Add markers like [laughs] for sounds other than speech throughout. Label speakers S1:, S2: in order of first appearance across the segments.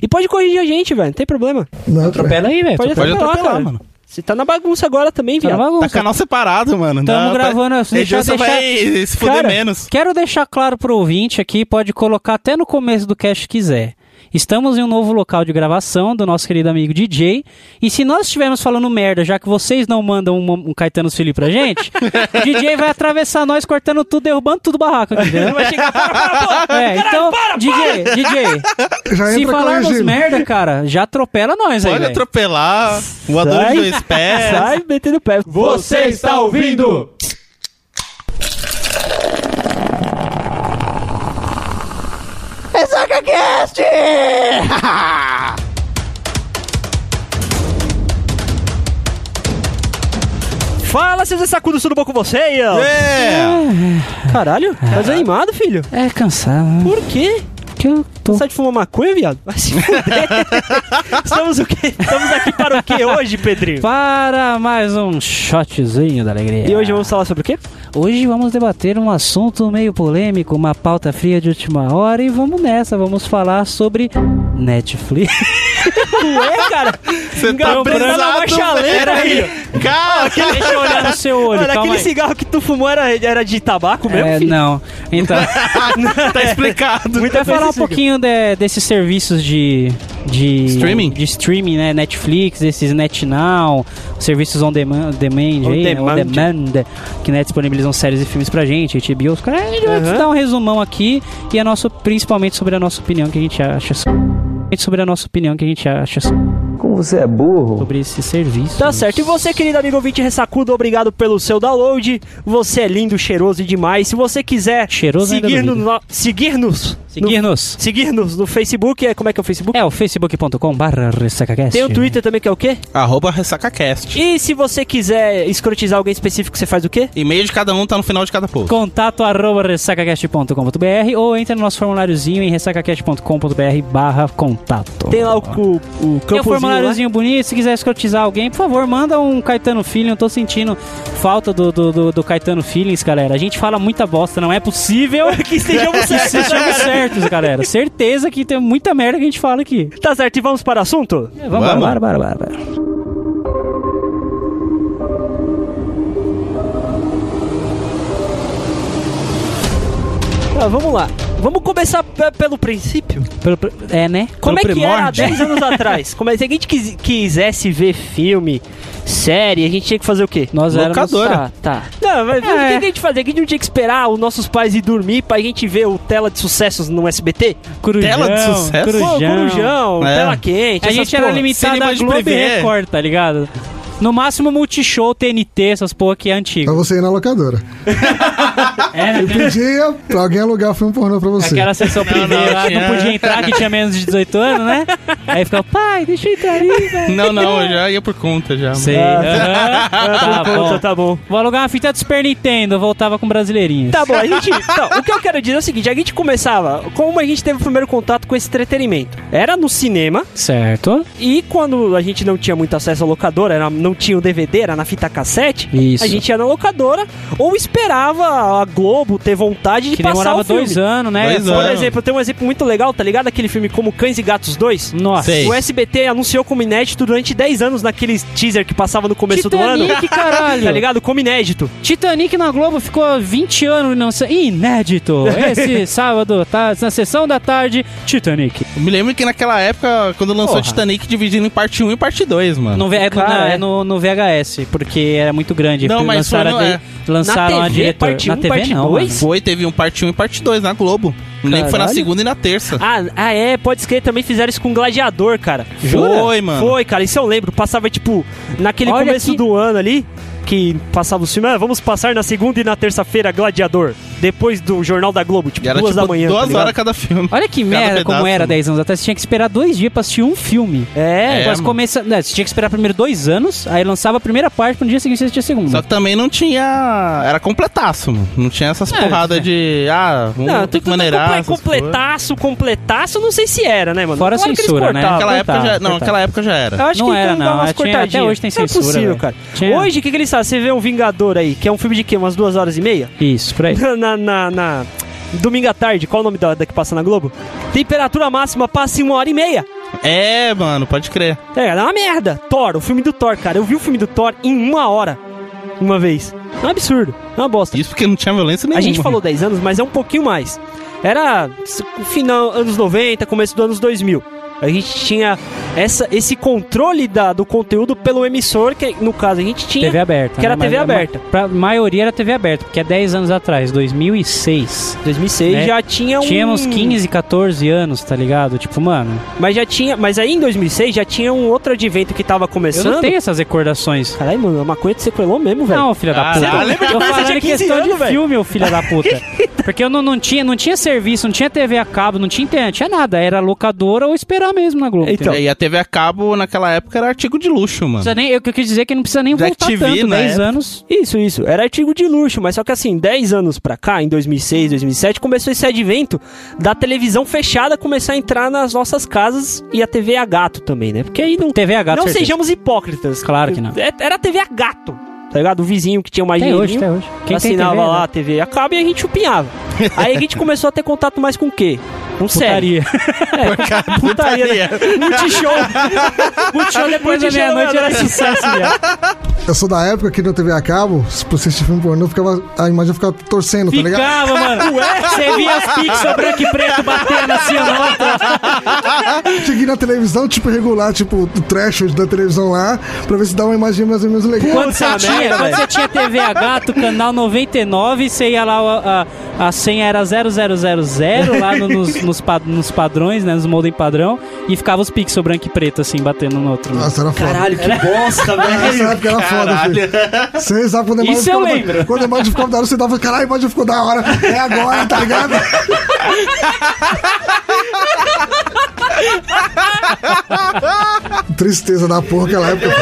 S1: E pode corrigir a gente, velho. Não tem problema.
S2: Não, é
S3: Atropela aí,
S4: É,
S3: velho.
S1: Pode,
S3: Atropela.
S1: atropelar,
S4: atropelar,
S1: cara.
S4: mano.
S1: Você tá na bagunça agora também,
S4: Tá na
S1: viado.
S4: bagunça.
S1: Tá
S4: Não,
S1: na
S4: você-
S1: bagunça.
S4: Tá
S1: Cara,
S4: canal
S3: separado, mano.
S4: Tamo gravando,
S3: assim.
S4: assim, deixa eu deixar-
S3: vai se fuder
S1: Cara,
S3: menos.
S4: Tá Quero deixar claro pro ouvinte aqui, pode colocar até no começo do cast se quiser. Estamos em um novo local de gravação do nosso querido amigo DJ. E se nós estivermos falando merda, já que vocês não mandam um, um Caetano Filho pra gente, o DJ vai atravessar nós, cortando tudo, derrubando tudo o barraco aqui. Ele vai chegar, para, para, para, é, então, DJ, DJ,
S2: já
S4: se
S2: entra
S4: falarmos
S2: corrigindo.
S4: merda, cara, já atropela nós aí,
S3: Pode
S4: velho.
S3: atropelar, voador
S1: Sai.
S3: de dois pés.
S1: [laughs] Sai metendo o pé.
S5: Você está ouvindo?
S1: Fala, seus sacudos, tudo bom com você, Ian?
S3: É.
S1: Caralho, tá desanimado, filho?
S4: É cansado, né?
S1: Por quê?
S4: que eu tô...
S1: Sai de fumar maconha, viado? Vai se [laughs] fuder. Estamos, o quê? Estamos aqui para o quê hoje, Pedrinho?
S4: Para mais um shotzinho da alegria.
S1: E hoje vamos falar sobre o quê?
S4: Hoje vamos debater um assunto meio polêmico, uma pauta fria de última hora e vamos nessa, vamos falar sobre Netflix.
S1: Ué, cara?
S3: Você tá
S1: Enganou,
S3: brisado,
S1: na marcha
S3: velho.
S1: lenta, filho.
S4: [laughs]
S3: Cara,
S4: Deixa eu olhar no seu olho,
S1: Olha,
S4: calma
S1: aquele
S4: aí.
S1: cigarro que tu fumou era, era de tabaco mesmo,
S4: É,
S1: filho?
S4: não. Então,
S3: [laughs] tá explicado.
S4: vai falar um pouquinho de- desses serviços de, de
S3: Streaming?
S4: de streaming, né? Netflix, esses NetNow, serviços on demand, demand
S1: On
S4: aí, né? On
S1: demand.
S4: demand, que né, disponibilizam séries e filmes pra gente, HBO, os caras, a gente vai
S1: Aham.
S4: dar um resumão aqui e a nossa, principalmente sobre a nossa opinião que a gente acha so- sobre a nossa opinião que a gente acha so-
S6: Como você é burro.
S4: sobre esse serviço.
S1: Tá certo. E você, querido amigo ouvinte ressacudo, obrigado pelo seu download. Você é lindo, cheiroso e demais. Se você quiser
S4: Cheiroso ainda
S1: seguir, no,
S4: duvido.
S1: no, seguir nos...
S4: Seguir-nos.
S1: No, seguir-nos no Facebook. É, como é que é o Facebook?
S4: É o facebook.com barra ressacacast.
S1: Tem o Twitter também, que é o quê?
S3: Arroba RessacaCast.
S1: E se você quiser escrotizar alguém específico, você faz o quê?
S3: E-mail de cada um tá no final de cada post.
S4: contato arroba ressacacast.com.br ou entra no nosso formuláriozinho em ressacacast.com.br barra contato.
S1: Tem lá o, o, o
S4: Tem um
S1: campozinho lá.
S4: formuláriozinho bonito, se quiser escrotizar alguém, por favor, manda um Caetano Feeling, eu tô sentindo falta do, do, do, do Caetano Feelings, galera. A gente fala muita bosta, não é possível
S1: [laughs] Que estejamos
S4: que
S1: certos, né,
S4: vocês sejam
S1: cara?
S4: certos, galera. Certeza que tem muita merda que a gente fala aqui.
S1: Tá certo, e vamos para o assunto?
S4: É, Vamos,
S3: Vamos.
S4: vamos, bora, bora, bora, bora.
S1: Ah, vamos lá. Vamos começar pe- pelo princípio.
S4: Pelo- pelo- É, né?
S1: Como é
S4: Pelo
S1: que era há
S4: primórdio.
S1: 10 anos atrás? Como é, se a gente quis- quisesse ver filme, série, a gente tinha que fazer o quê?
S4: Nós éramos...
S3: Locadora.
S4: Tá, tá.
S1: Não, mas o que
S4: É.
S1: a gente fazia? A gente não tinha que esperar os nossos pais ir dormir pra gente ver o tela de sucessos no SBT?
S4: Corujão,
S3: Tela de sucesso?
S1: Pô,
S4: Corujão.
S1: Corujão,
S3: É.
S1: tela quente.
S4: A
S1: essas
S4: gente era
S1: porra.
S4: limitado
S3: cinema
S4: a
S3: de
S4: Globo e
S3: privê.
S4: Record, tá ligado? No máximo Multishow, TNT, essas porra que é
S2: Pra
S4: antigo.
S2: você ir na locadora.
S4: [laughs] É, né?
S2: E pedia pra alguém alugar filme pornô pra você.
S4: Aquela sessão privê
S3: Então, não,
S4: lá, que
S3: tinha-
S4: não podia entrar, que tinha menos de 18 anos, né? Aí ficava, pai, deixa eu entrar ali, velho.
S3: Não, não, eu já ia por conta já.
S4: Sei. aham.
S1: Ah,
S4: Tá
S1: por conta,
S4: bom.
S1: tá bom.
S4: Vou alugar uma fita do Super Nintendo, voltava com brasileirinho.
S1: Tá bom, a gente. Não, o que eu quero dizer é o seguinte: a gente começava. Como a gente teve o primeiro contato com esse entretenimento? Era no cinema,
S4: Certo.
S1: e quando a gente não tinha muito acesso à locadora, era- não tinha o DVD, era na fita cassete.
S4: Isso.
S1: A gente ia na locadora ou esperava a Globo ter vontade de
S4: que
S1: passar
S4: demorava
S1: o filme.
S4: dois anos, né?
S3: Dois
S4: Foi-
S1: Por
S3: anos.
S1: exemplo, tem um exemplo muito legal, tá ligado? Aquele filme como Cães e Gatos 2.
S4: Nossa.
S3: Sei.
S1: O SBT anunciou como inédito durante 10 anos naquele teaser que passava no começo do ano.
S4: Titanic, caralho.
S1: Tá ligado? Como inédito.
S4: Titanic na Globo ficou 20 anos não sei- inédito. Esse sábado, tá, na sessão da tarde, Titanic.
S3: Eu Me lembro que naquela época, quando lançou
S4: Porra.
S3: Titanic, dividindo em parte 1 e parte 2, mano.
S4: No, V- é,
S1: Cara,
S4: na-
S1: é.
S4: é no, no VHS, porque era muito grande.
S3: Não, mas foi,
S4: lançaram,
S3: não
S4: a de-
S3: é.
S4: lançaram
S1: Na
S4: a
S1: TV,
S4: diretor.
S1: parte
S4: na
S1: um,
S4: TV
S1: parte
S4: não,
S1: dois?
S4: mano.
S3: Foi, teve um parte 1 e parte 2 na Globo. Me lembro que foi na
S4: Caralho.
S3: segunda e na terça.
S1: Ah, ah, é, pode escrever, também fizeram isso com Gladiador, cara.
S3: Jura? Foi, mano.
S1: Foi, cara, isso eu lembro. Passava, tipo, naquele
S4: Olha
S1: começo
S4: que-
S1: do ano ali, que passava o filme, ah, vamos passar na segunda e na terça-feira Gladiador, depois do Jornal da Globo, tipo,
S3: E era
S1: duas
S3: tipo
S1: da manhã. tá
S3: duas
S1: ligado?
S3: horas cada filme.
S4: Olha que
S3: Cada
S4: merda como
S3: pedaço,
S4: era
S3: mano.
S4: 10 anos atrás. Você tinha que esperar dois dias pra assistir um filme.
S1: É,
S3: É,
S4: Mas
S3: mano.
S4: começa... né, você tinha que esperar primeiro dois anos, aí lançava a primeira parte, no dia seguinte você assistia a segunda.
S3: Só que também não tinha. Era completaço, mano. Não tinha essas
S4: É,
S3: porradas
S4: é.
S3: de. Ah, vamos
S1: Não,
S3: ter
S1: tu,
S3: que
S1: tu,
S3: maneirar.
S1: comple-
S3: essas coisas.
S1: completaçço, completaço, não sei se era, né, mano?
S4: Fora a
S1: Claro que eles
S4: censura, né?
S1: cortavam.
S3: É, Naquela época
S4: Coitado,
S3: já. Não,
S4: coitado.
S3: naquela época já
S1: Eu
S3: era.
S1: acho
S4: Não
S1: que
S4: era,
S1: então dá
S4: não.
S1: umas
S4: Tinha-
S1: cortadinhas.
S4: até hoje tem
S1: Não
S4: censura,
S1: é possível,
S4: velho.
S1: cara.
S4: Tinha.
S1: Hoje, o que, que eles fazem? Você vê um Vingador aí, que é um filme de quê? Umas duas horas e meia? [laughs]
S4: Isso, por aí.
S1: na, na, na- Domingo à tarde, qual o nome da, da que passa na Globo? Temperatura máxima passa em uma hora e meia.
S3: É, mano, pode crer.
S1: Tá ligado? É uma merda. Thor, o filme do Thor, cara. Eu vi o filme do Thor em uma hora. Uma vez. É um absurdo. É uma bosta.
S3: Isso porque não tinha violência nenhuma.
S1: A gente falou 10 anos, mas é um pouquinho mais. Era s- final anos 90, começo dos anos 2000. A gente tinha essa, esse controle da, do conteúdo pelo emissor, que no caso a gente tinha.
S4: TV aberta.
S1: que era
S4: né?
S1: TV
S4: Mas-
S1: aberta.
S4: ma- Pra maioria era TV aberta, porque há 10 anos atrás, 2006.
S1: 2006
S4: né?
S1: já tinha um.
S4: Tínhamos 15, 14 anos, tá ligado? Tipo, mano,
S1: Mas já tinha. Mas aí em 2006 já tinha um outro advento que tava
S4: eu
S1: começando.
S4: não tenho essas recordações.
S1: Caralho, mano, a maconha te sequelou mesmo, velho.
S4: Não, filha da
S3: Ah,
S4: puta.
S3: você não lembra
S4: eu
S1: quando você
S4: falando
S1: tinha
S4: em
S1: 15
S4: questão de
S1: anos, velho?
S4: filme, ô filha da puta.
S1: [laughs]
S4: Porque eu não, não tinha, não tinha serviço, não tinha TV a cabo, não tinha internet, tinha nada. Era locadora ou esperar mesmo na Globo.
S1: Então,
S4: entendeu?
S3: [laughs] E a TV a cabo naquela época era artigo de luxo,
S4: Não
S3: mano.
S4: precisa nem, eu, eu quis dizer é que não precisa nem
S3: Black
S4: voltar
S3: TV
S4: tanto,
S1: né?
S3: na
S4: 10
S3: época.
S4: anos.
S1: Isso, isso. Era artigo de luxo, mas só que assim, 10 anos pra cá, em 2006, 2007, começou esse advento da televisão fechada começar a entrar nas nossas casas e a TV a gato também, né? Porque aí não.
S4: TV a gato,
S1: não
S4: certeza.
S1: sejamos hipócritas.
S4: Claro que não.
S1: É- Era TV a gato, tá ligado? O vizinho que tinha mais
S4: Até hoje,
S1: dinheirinho
S4: até hoje. Quem tem
S1: assinava
S4: TV,
S1: lá
S4: né?
S1: a TV a cabo e a gente
S4: [laughs]
S1: chupinhava. aí a gente começou a ter contato mais com o quê? Com série.
S4: Putaria.
S3: Porcaria,
S1: É, Putaria, né? Multishow. Multishow depois
S4: Depois da
S1: da
S4: meia-noite
S1: meia-noite
S4: era
S1: era
S4: [laughs] sucesso, viado.
S2: Eu sou da época que no TV a cabo, se você assistir filme pornô, ficava, a imagem ficava torcendo, tá ligado?
S1: [laughs]
S4: Ficava, mano. Você via as pizzas branco e preto batendo assim, ó.
S2: Tinha que ir na televisão, tipo, regular, tipo, o trash da televisão lá, pra ver se dá uma imagem mais ou menos legal.
S4: Quando você
S1: Puta
S4: tinha,
S1: merda,
S4: quando
S1: velho.
S4: você tinha TV a gato, canal 99, você ia lá, a, a, a senha era 0000 lá no- nos, nos, pa- nos padrões, né? Nos modem padrão. E ficava os pixels branco e preto assim, batendo no outro.
S2: Nossa, era foda.
S1: Caralho, que bosta, velho.
S2: Nessa época era foda, filho. Você sabe quando a imagem
S4: Isso eu
S2: ficava da-
S4: lembro.
S2: Quando a imagem ficava da hora, você dava, caralho, a imagem ficou da hora. É agora, tá ligado? [laughs] Tristeza da porra aquela época.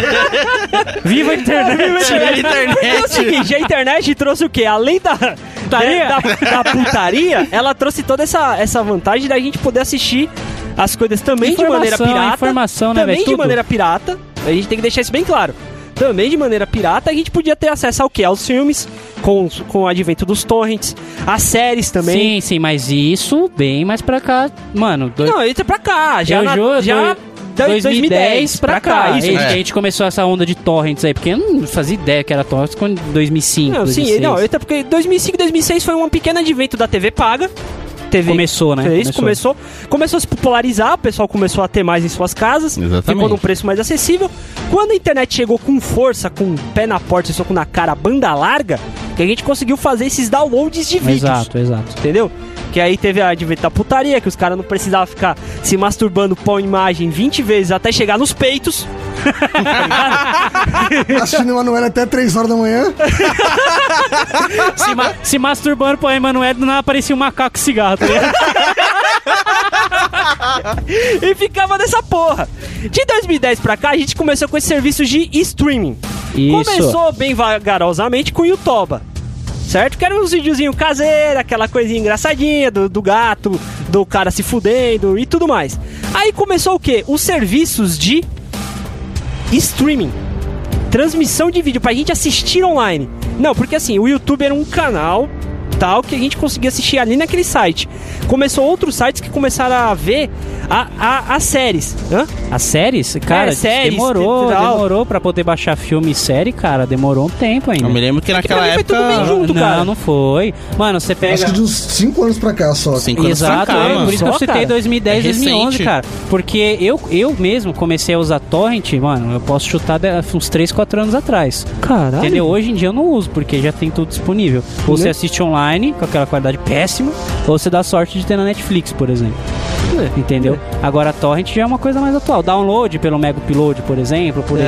S4: Viva a internet!
S3: Tinha
S1: É o
S3: internet.
S1: seguinte, a internet trouxe o quê? Além da, da, da- da putaria, ela trouxe toda essa, essa vantagem da gente poder assistir as coisas também de
S4: Informação,
S1: maneira pirata.
S4: informação, né,
S1: também
S4: velho?
S1: de
S4: Tudo.
S1: maneira pirata. A gente tem que deixar isso bem claro. Também de maneira pirata, a gente podia ter acesso ao quê? Aos filmes, com, os- com o advento dos torrents, às séries também.
S4: Sim, sim, mas isso bem mais pra cá. Mano, dois,
S1: Não, entra pra cá, já.
S4: eu
S1: na-
S4: juro,
S1: já
S4: do-
S1: da-
S4: 2010, pra cá.
S1: isso. é.
S4: Isso,
S1: isso.
S4: A gente começou essa onda de torrents aí, porque eu não fazia ideia que era torrents quando 2005,
S1: Não, sim,
S4: 2006.
S1: não, até porque 2005, 2006 foi um pequeno advento da TV paga. TV
S4: Começou, né?
S1: Fez, começou. começou. a se popularizar, o pessoal começou a ter mais em suas casas.
S3: Exatamente.
S1: Ficou num preço mais acessível. Quando a internet chegou com força, com o pé na porta e soco na cara, banda larga, que a gente conseguiu fazer esses downloads de vídeos.
S4: Exato, exato.
S1: Entendeu? Que aí teve a advento da putaria, que os caras não precisavam ficar se masturbando pão imagem 20 vezes até chegar nos peitos.
S2: Assistindo o Manuel até 3 horas da manhã.
S4: se, ma- se masturbando pro Emanuel, do nada aparecia um macaco e cigarro, tá [laughs] ligado?
S1: e ficava nessa porra. De 2010 pra cá, a gente começou com esse serviço de streaming. Começou bem vagarosamente com o Yutoba. Certo? Que era uns videozinhos caseiros, aquela coisinha engraçadinha do, do gato, do cara se fudendo e tudo mais. Aí começou o quê? Os serviços de streaming. Transmissão de vídeo pra gente assistir online. Não, porque assim, o YouTube era um canal tal que a gente conseguia assistir ali naquele site. Começou outros sites que começaram a ver a, a- as séries. Hã?
S4: As séries? Cara,
S1: É, séries,
S4: demorou,
S1: tal.
S4: demorou pra poder baixar filme e série, cara. Demorou um tempo ainda.
S3: Eu me lembro né? que naquela
S1: pra mim foi tudo bem
S3: época.
S1: junto.
S4: não,
S1: cara.
S4: não foi. Mano, você pega...
S2: Acho que de uns 5 anos pra cá só.
S3: Cinco anos pra
S4: Exato,
S3: cá,
S4: é,
S3: mano.
S4: por isso que eu
S1: Só,
S4: citei
S1: cara.
S4: 2010,
S3: É
S4: 2011,
S3: recente.
S4: cara. Porque eu, eu mesmo comecei a usar torrent, mano, eu posso chutar de- uns 3, 4 anos atrás.
S1: Caralho.
S4: Entendeu? Hoje em dia eu não uso, porque já tem tudo disponível. Ou você assiste online, com aquela qualidade péssima, ou você dá sorte de ter na Netflix, por exemplo. Entendeu? Agora a torrent já é uma coisa mais atual. Download pelo Mega Upload, por exemplo, por
S1: É.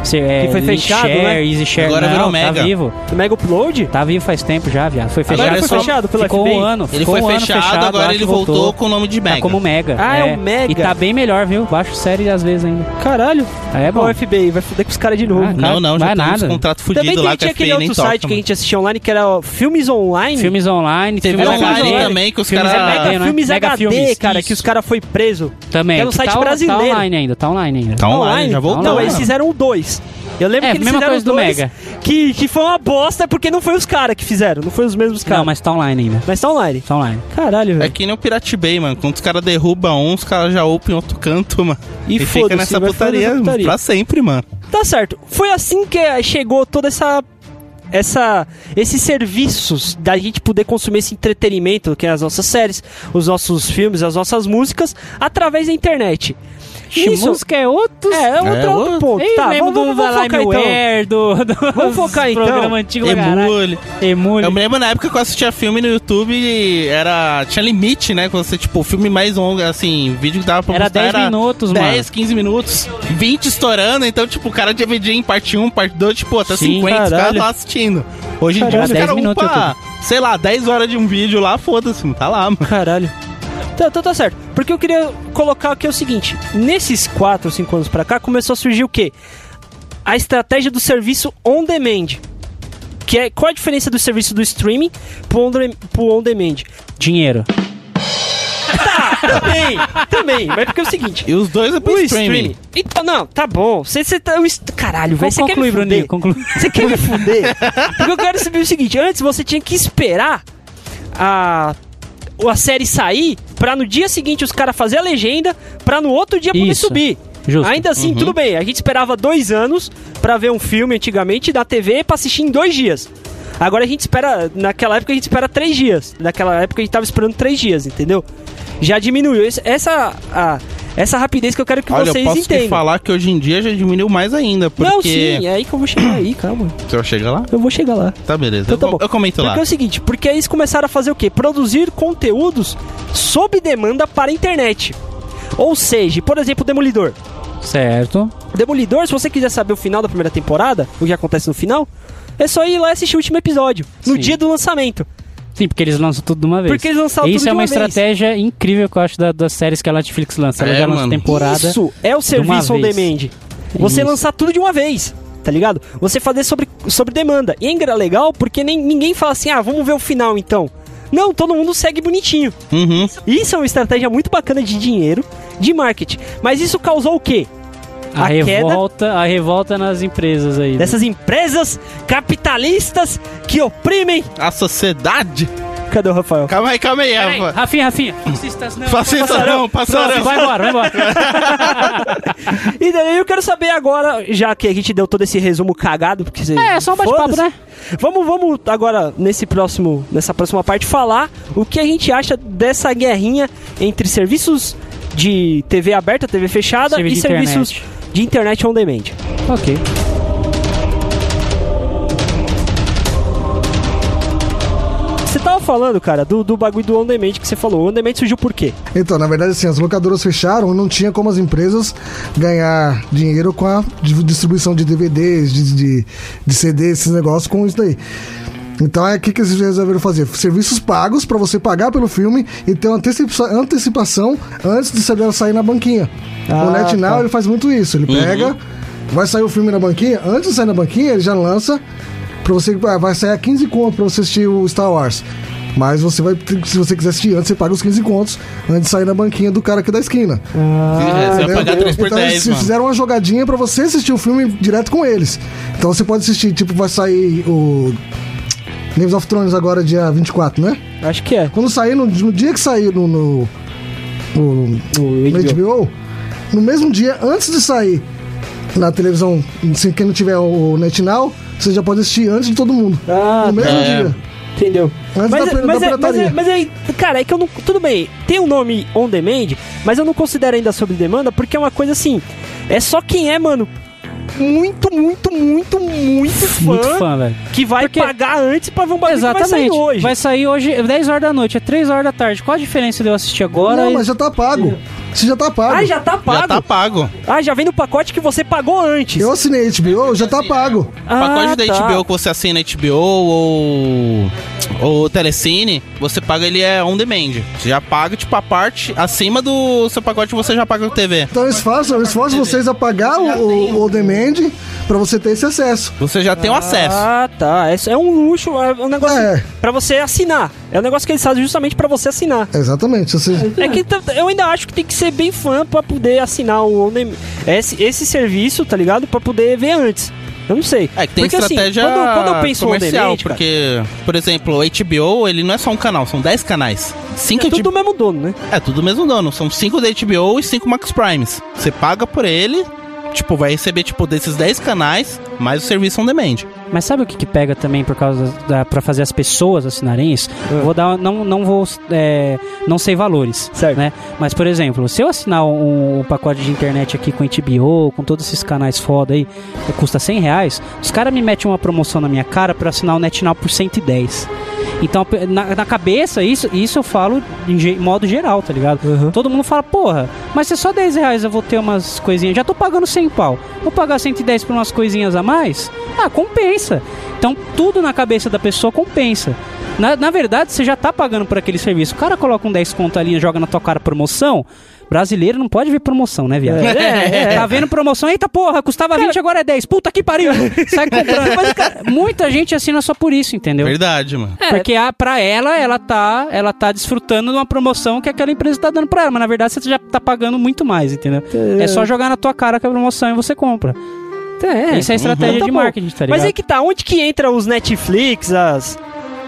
S4: esses... se- é,
S1: Que foi
S4: Link
S1: fechado,
S4: share,
S1: né?
S4: Easy Share,
S3: Agora
S4: não,
S3: virou
S4: tá
S3: Mega.
S4: vivo.
S1: Do Mega Upload?
S4: Tá vivo faz tempo já, viado. Foi
S1: Agora
S4: fechado.
S3: foi
S4: só-
S1: fechado pelo
S4: Ficou
S1: FBI?
S4: um ano.
S3: Ele
S4: ficou
S3: foi
S4: um ano
S3: fechado,
S4: fechado,
S3: agora
S4: acho
S3: ele
S4: que
S3: voltou. com o nome de
S4: Tá
S3: Mega.
S4: como Mega.
S1: Ah, é um Mega.
S4: E tá bem melhor, viu? Baixo série às vezes ainda.
S1: Caralho.
S4: É bom.
S1: Ó, O FBI vai fuder com os caras de novo.
S4: Ah,
S1: cara.
S3: Não, não,
S4: Vai
S3: já tem uns
S4: nada.
S3: contrato
S1: Também
S3: fudido
S1: tem-
S3: lá com a
S1: tinha aquele
S3: FPI nem
S1: outro site
S3: toca,
S1: que a
S3: tá, mano.
S1: gente assistia online, que era ó, Filmes Online.
S4: Filmes online,
S3: Teve
S4: filmes
S1: online
S4: HD.
S3: também, que os
S4: Filmes
S3: cara-
S4: HD,
S1: Mega
S4: né?
S1: Filmes
S4: Mega
S1: HD,
S4: Filmes,
S1: cara,
S4: isso.
S1: que os caras foi preso.
S4: Também.
S1: Era um
S4: que
S1: site
S4: tá,
S1: brasileiro.
S4: Tá online ainda, tá online ainda.
S3: Tá online,
S1: Online?
S3: já voltou.
S1: Não,
S4: Online.
S1: eles fizeram o 2. Eu lembro
S4: É,
S1: que eles
S4: mesma
S1: fizeram
S4: coisa do
S1: dois
S4: Mega.
S1: Que, que foi uma bosta porque não foi os caras que fizeram, não foi os mesmos caras.
S4: Não, mas tá online ainda.
S1: Mas tá online.
S4: Tá online.
S1: Caralho,
S3: É
S1: velho.
S3: que nem o Pirate Bay, mano. Quando os caras derrubam um, os caras já upam em outro canto, mano.
S1: E
S3: E,
S1: foda-se,
S3: fica nessa
S1: vai ficar nessa
S3: putaria,
S1: putaria.
S3: pra sempre, mano.
S1: Tá certo. Foi assim que chegou toda essa. Essa, esses serviços da gente poder consumir esse entretenimento, que é as nossas séries, os nossos filmes, as nossas músicas, através da internet.
S4: Isso. Música é outro.
S1: É, é outro,
S3: É,
S1: outro
S3: o-
S1: ponto.
S4: Ei,
S1: tá,
S4: lembro
S1: vamos, vamos
S4: do
S1: focar
S4: Vai Lá
S1: então.
S4: Miware, do, do
S1: Vamos focar, então.
S4: programa antigo pra caralho.
S3: Emule.
S4: Emule.
S3: Eu me lembro na época que eu assistia filme no YouTube e era. Tinha limite, né? Quando você, tipo, o filme mais longo, assim, vídeo que dava pra
S4: Era
S3: postar
S4: 10 minutos,
S3: 10,
S4: mano.
S3: 15 minutos, 20 estourando, então, tipo, o cara dividia em parte 1, parte 2, tipo, até
S4: Sim,
S3: 50, os caras
S1: caralho.
S3: tava assistindo. Hoje em
S4: Caralho,
S3: dia os
S4: 10
S3: caras
S4: minutos,
S3: upa, sei lá, 10 horas de um vídeo lá, foda-se, mano, tá lá, mano.
S1: Caralho. Então, então tá certo. Porque eu queria colocar aqui o seguinte: nesses 4 ou 5 anos pra cá, começou a surgir o quê? A estratégia do serviço on demand. Que é, qual a diferença do serviço do streaming pro on, dem- pro on demand?
S4: Dinheiro.
S1: Também, também. Mas porque é o seguinte:
S3: E os dois é pro
S1: o
S3: streaming.
S1: streaming. Então, não, tá bom. Você, você tá. o est- Caralho, vai
S4: Con-
S1: você quer
S4: Conclui,
S1: me fuder?
S4: Bruninho. Conclui.
S1: Você quer me fuder? [laughs] Porque eu quero saber o seguinte: antes você tinha que esperar a, a série sair pra no dia seguinte os caras fazer a legenda pra no outro dia poder
S4: Isso.
S1: subir.
S4: Justo.
S1: Ainda assim, tudo bem. A gente esperava dois anos pra ver um filme antigamente da TV pra assistir em dois dias. Agora a gente espera. Naquela época a gente espera três dias. Naquela época a gente tava esperando três dias, entendeu? Já diminuiu. Esse- Essa, a- essa rapidez que eu quero que
S3: Olha, eu
S1: vocês
S3: posso te
S1: entendam.
S3: falar que hoje em dia já diminuiu mais ainda, porque...
S1: Não, sim, é aí que eu vou chegar aí, calma.
S3: Você vai chegar lá?
S1: Eu vou chegar lá.
S3: Tá, beleza.
S1: Então tá
S3: eu,
S1: bom.
S3: eu comento lá.
S1: Porque é o seguinte, porque eles começaram a fazer o quê? Produzir conteúdos sob demanda para a internet. Ou seja, por exemplo, Demolidor.
S4: Certo.
S1: Demolidor, se você quiser saber o final da primeira temporada, o que acontece no final, é só ir lá e assistir o último episódio, no
S4: Sim.
S1: dia do lançamento.
S4: Sim, porque eles lançam tudo de uma vez.
S1: Porque eles lançaram tudo
S4: Isso
S1: de
S4: é uma,
S1: uma vez.
S4: estratégia incrível que eu acho da- das séries que a Netflix lança. Ela
S3: É,
S4: já lança
S3: mano.
S4: temporada.
S1: Isso é o serviço on
S4: uma vez.
S1: demand. Você
S4: Isso.
S1: lançar tudo de uma vez, tá ligado? Você fazer sobre, sobre demanda. E é engra- legal porque nem, ninguém fala assim, ah, vamos ver o final então. Não, todo mundo segue bonitinho.
S3: Uhum.
S1: Isso é uma estratégia muito bacana de dinheiro, de marketing. Mas isso causou o quê?
S4: A,
S1: A queda-
S4: revolta, a revolta nas empresas aí. né?
S1: Dessas empresas capitalistas que oprimem.
S3: A sociedade...
S1: Cadê o Rafael?
S3: Calma aí, calma aí,
S4: Peraí,
S3: Rafa.
S4: Rafinha, Rafinha. Fascistas não.
S3: Fascistas não, passarão.
S4: Vai embora, vai embora.
S1: E daí eu quero saber agora, já que a gente deu todo esse resumo cagado, porque você.
S4: É, só um bate-papo,
S1: Foda-se.
S4: né?
S1: Vamos, vamos agora, nesse próximo, nessa próxima parte, falar o que a gente acha dessa guerrinha entre serviços de TV aberta, TV fechada e
S4: Serviço de
S1: serviços de internet on demand.
S4: ok.
S1: Você tava falando, cara, do, do bagulho do on demand que você falou. O on demand surgiu por quê?
S2: Então, na verdade, assim, as locadoras fecharam, não tinha como as empresas ganhar dinheiro com a di- distribuição de DVDs, de, de, de CD, esses negócios com isso daí. Então é o que, que eles resolveram fazer? Serviços pagos para você pagar pelo filme e ter uma antecipa- antecipação antes de saber sair na banquinha. o NetNow ele faz muito isso, ele pega, vai sair o filme na banquinha, antes de sair na banquinha ele já lança para você ah, vai sair a 15 conto para você assistir o Star Wars. Mas você vai, ter- se você quiser assistir antes, você paga os 15 contos antes de sair na banquinha do cara aqui da esquina.
S3: Hum. É, você vai
S1: Ah,
S2: Entendeu?
S3: pagar 3 por
S2: então
S3: 10,
S2: eles
S3: mano.
S2: fizeram uma jogadinha pra você assistir o filme direto com eles. Então você pode assistir, tipo, vai sair o. Games of Thrones agora, dia 24, né?
S1: Acho que é.
S2: Quando sair, no, no dia que sair no, no, no,
S1: O
S2: no HBO, no mesmo dia, antes de sair na televisão, se quem não tiver o NetNow, você já pode assistir antes de todo mundo.
S1: Ah,
S2: no mesmo
S3: tá.
S2: dia.
S1: entendeu?
S2: Antes da
S1: Mas,
S2: pira-
S1: mas,
S2: da
S1: é, mas,
S2: pirataria.
S1: é, mas é- cara, é que eu não. Tudo bem, tem um nome on demand, mas eu não considero ainda sob demanda, porque é uma coisa assim. É só quem é, mano, muito, muito, muito, muito fã,
S4: Muito fã, velho.
S1: que vai
S4: Porque-
S1: pagar antes pra ver um bagulho
S4: Exatamente.
S1: que vai sair hoje.
S4: Vai sair hoje, 10 horas da noite, é 3 horas da tarde. Qual a diferença de eu assistir agora?
S2: Não,
S4: e-
S2: mas já tá pago. Você já tá pago.
S1: Ah, já tá pago.
S3: Já tá pago.
S1: Ah, já vem no pacote que você pagou antes.
S2: Eu assinei HBO, já tá pago.
S1: Ah,
S3: pacote da
S1: tá.
S3: HBO que você assina HBO ou ou Telecine, você paga ele é on demand. Você já paga tipo a parte acima do seu pacote você já paga o TV.
S2: Então eu esforço, eu esforço vocês a pagar o, o, o demand pra você ter esse acesso.
S3: Você já tem o acesso.
S1: Ah, tá. É, é um luxo, é um negócio
S2: É.
S1: pra você assinar. É um negócio que eles fazem justamente pra você assinar.
S2: Exatamente. Você,
S1: É que tá- eu ainda acho que tem que ser bem fã pra poder assinar o on dem- esse, esse serviço, tá ligado? Pra poder ver antes. Eu não sei.
S3: É que tem
S1: porque,
S3: estratégia
S1: assim, quando, quando eu penso no on
S3: comercial,
S1: demand, cara, é
S3: porque, por exemplo, o HBO, ele não é só um canal, são 10 canais. Cinco
S1: é tudo do mesmo dono, né?
S3: É, tudo do mesmo dono. São 5 da HBO e 5 Max Primes. Você paga por ele, tipo, vai receber, tipo, desses 10 canais, mais o serviço on demand.
S4: Mas sabe o que, que pega também por causa da para fazer as pessoas assinarem isso?
S1: Ah.
S4: Vou dar não não vou é, não sei valores,
S1: Certo.
S4: né? Mas por exemplo, se eu assinar um, um pacote de internet aqui com HBO, com todos esses canais foda aí, que custa 100 reais, os caras me metem uma promoção na minha cara para assinar o NetNow por 110. Então, na, na cabeça, isso, isso eu falo em ge- modo geral, tá ligado?
S1: Uhum.
S4: Todo mundo fala, porra, mas se é só 10 reais eu vou ter umas coisinhas. Já tô pagando 100 pau. Vou pagar 110 por umas coisinhas a mais? Ah, compensa. Então tudo na cabeça da pessoa compensa. Na, na verdade, você já tá pagando por aquele serviço. O cara coloca um 10 conto ali e joga na tua cara promoção. Brasileiro não pode ver promoção, né, viado?
S1: É,
S4: Tá vendo promoção? Eita porra, custava 20, agora é 10. Puta que pariu. Sai comprando. Mas, cara, muita gente assina só por isso, entendeu?
S3: Verdade, mano.
S1: É.
S4: Porque a, pra ela, ela tá, ela tá desfrutando de uma promoção que aquela empresa tá dando pra ela. Mas na verdade você já tá pagando muito mais, entendeu? É, só jogar na tua cara que a promoção e você compra.
S1: É,
S4: Isso é estratégia
S1: Então tá
S4: de
S1: bom.
S4: marketing, tá ligado?
S1: Mas aí que tá, onde que entra os Netflix, as.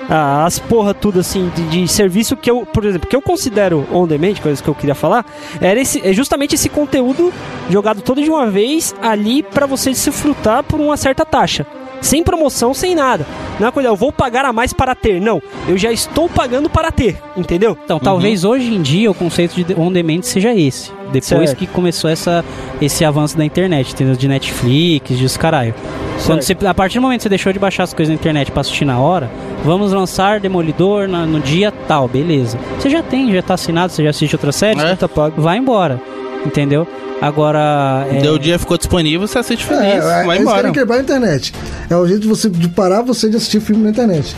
S1: ah, As porra tudo assim de, de serviço que eu, por exemplo, que eu considero on demand, coisas que eu queria falar, era esse, é justamente esse conteúdo jogado todo de uma vez ali pra você desfrutar por uma certa taxa. Sem promoção, sem nada. Não é uma coisa, eu vou pagar a mais para ter. Não, eu já estou pagando para ter, entendeu?
S4: Então, talvez hoje em dia o conceito de on-demand seja esse. Depois
S1: Certo.
S4: que começou essa, esse avanço da internet, entendeu? De Netflix, de os caralho. Quando você, a partir do momento que você deixou de baixar as coisas na internet pra assistir na hora, vamos lançar Demolidor na- no dia tal, beleza. Você já tem, já tá assinado, você já assiste outra série,
S3: É.
S1: Tá pago.
S4: vai embora, entendeu? Agora... é-
S3: Deu o dia, ficou disponível, você assiste feliz,
S2: É, é,
S3: vai
S2: eles
S3: embora.
S2: querem quebrar a internet. É o jeito de você de parar você de assistir filme na internet.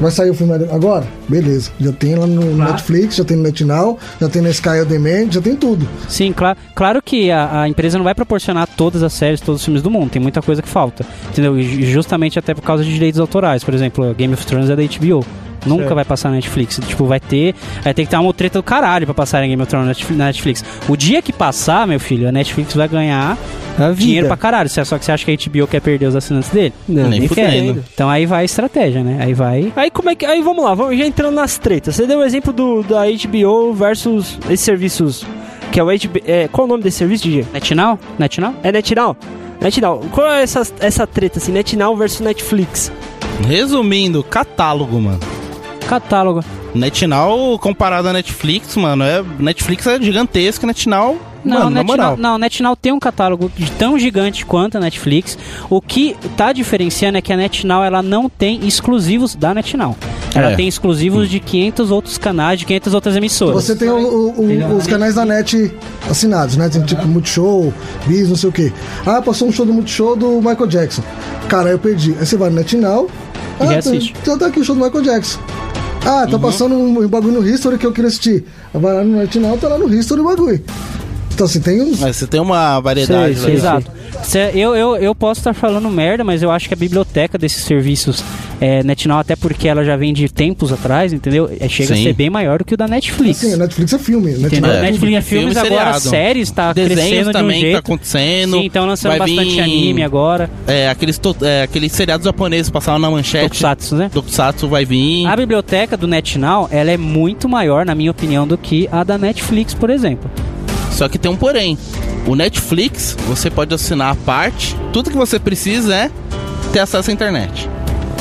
S2: Vai sair o filme agora? Beleza. Já tem lá no Netflix, já tem no NetNow, já tem na Sky On Demand, já tem tudo.
S4: Sim, cla claro que a, a empresa não vai proporcionar todas as séries, todos os filmes do mundo. Tem muita coisa que falta. Entendeu? E ju- justamente até por causa de direitos autorais. Por exemplo, Game of Thrones é da HBO. Nunca vai passar na Netflix. Tipo, vai ter. Vai ter que ter uma treta do caralho pra passar em Game of Thrones na Netf- na Netflix. O dia que passar, meu filho, a Netflix vai ganhar
S1: A
S4: dinheiro pra caralho. Se é Só que você acha que a HBO quer perder os assinantes dele?
S1: Não,
S3: Nem
S4: Nem
S3: fudendo.
S4: quer. Então aí vai a estratégia, né? Aí vai.
S1: Aí como é que. Aí vamos lá, vamos já entrando nas tretas. Você deu o exemplo do, da HBO versus esses serviços. Que é o HBO. é, qual o nome desse serviço, DJ?
S4: NetNow? NetNow?
S1: É NetNow? NetNow. Qual é essa, essa treta assim? NetNow versus Netflix.
S3: Resumindo, catálogo, mano.
S4: Catálogo.
S3: NetNow, comparado à Netflix, mano, é, Netflix é gigantesca, NetNow,
S4: Não,
S3: mano, na
S4: NetNow-
S3: moral.
S4: não, NetNow tem um catálogo de- tão gigante quanto a Netflix. O que tá diferenciando é que a NetNow ela não tem exclusivos da NetNow. Ela
S3: É.
S4: tem exclusivos de 500 outros canais, de 500 outras emissoras.
S2: Você tem o- o- o- os canais da net assinados, né? Tem tipo Multishow, Bis, não sei o quê. Ah, passou um show do Multishow do Michael Jackson. Cara, eu perdi. Aí você vai no NetNow.
S4: E
S2: Ah,
S4: já
S2: tá-
S4: assiste.
S2: Já tá aqui o show do Michael Jackson. Ah, tá passando um, um bagulho no History que eu queria assistir. Vai lá no NetNow, tá lá no History o bagulho. Então assim, tem uns.
S3: Mas você tem uma
S1: Sei,
S3: variedade, velho.
S1: sei.
S4: Exato. Cê- eu, eu, eu posso estar falando merda, mas eu acho que a biblioteca desses serviços é, NetNow, até porque ela já vem de tempos atrás, entendeu? É, chega
S3: Sim.
S4: a ser bem maior do que o da Netflix.
S2: Assim, a Netflix é filme.
S4: Entendeu?
S2: Netnow
S3: É.
S4: Netflix é filmes,
S3: Filme,
S4: agora
S3: seriado.
S4: séries, tá
S3: Desenhos
S4: crescendo de um
S3: também que tá
S4: jeito.
S3: acontecendo.
S4: Sim, então lançando
S3: Vai vir,
S4: bastante anime agora.
S3: É, aqueles, to- é, aqueles seriados japoneses passaram na manchete.
S4: Tokusatsu, né?
S3: Tokusatsu vai vir.
S4: A biblioteca do NetNow, ela é muito maior, na minha opinião, do que a da Netflix, por exemplo.
S3: É, Só que tem um porém. O Netflix, você pode assinar a parte. Tudo que você precisa é ter acesso à internet.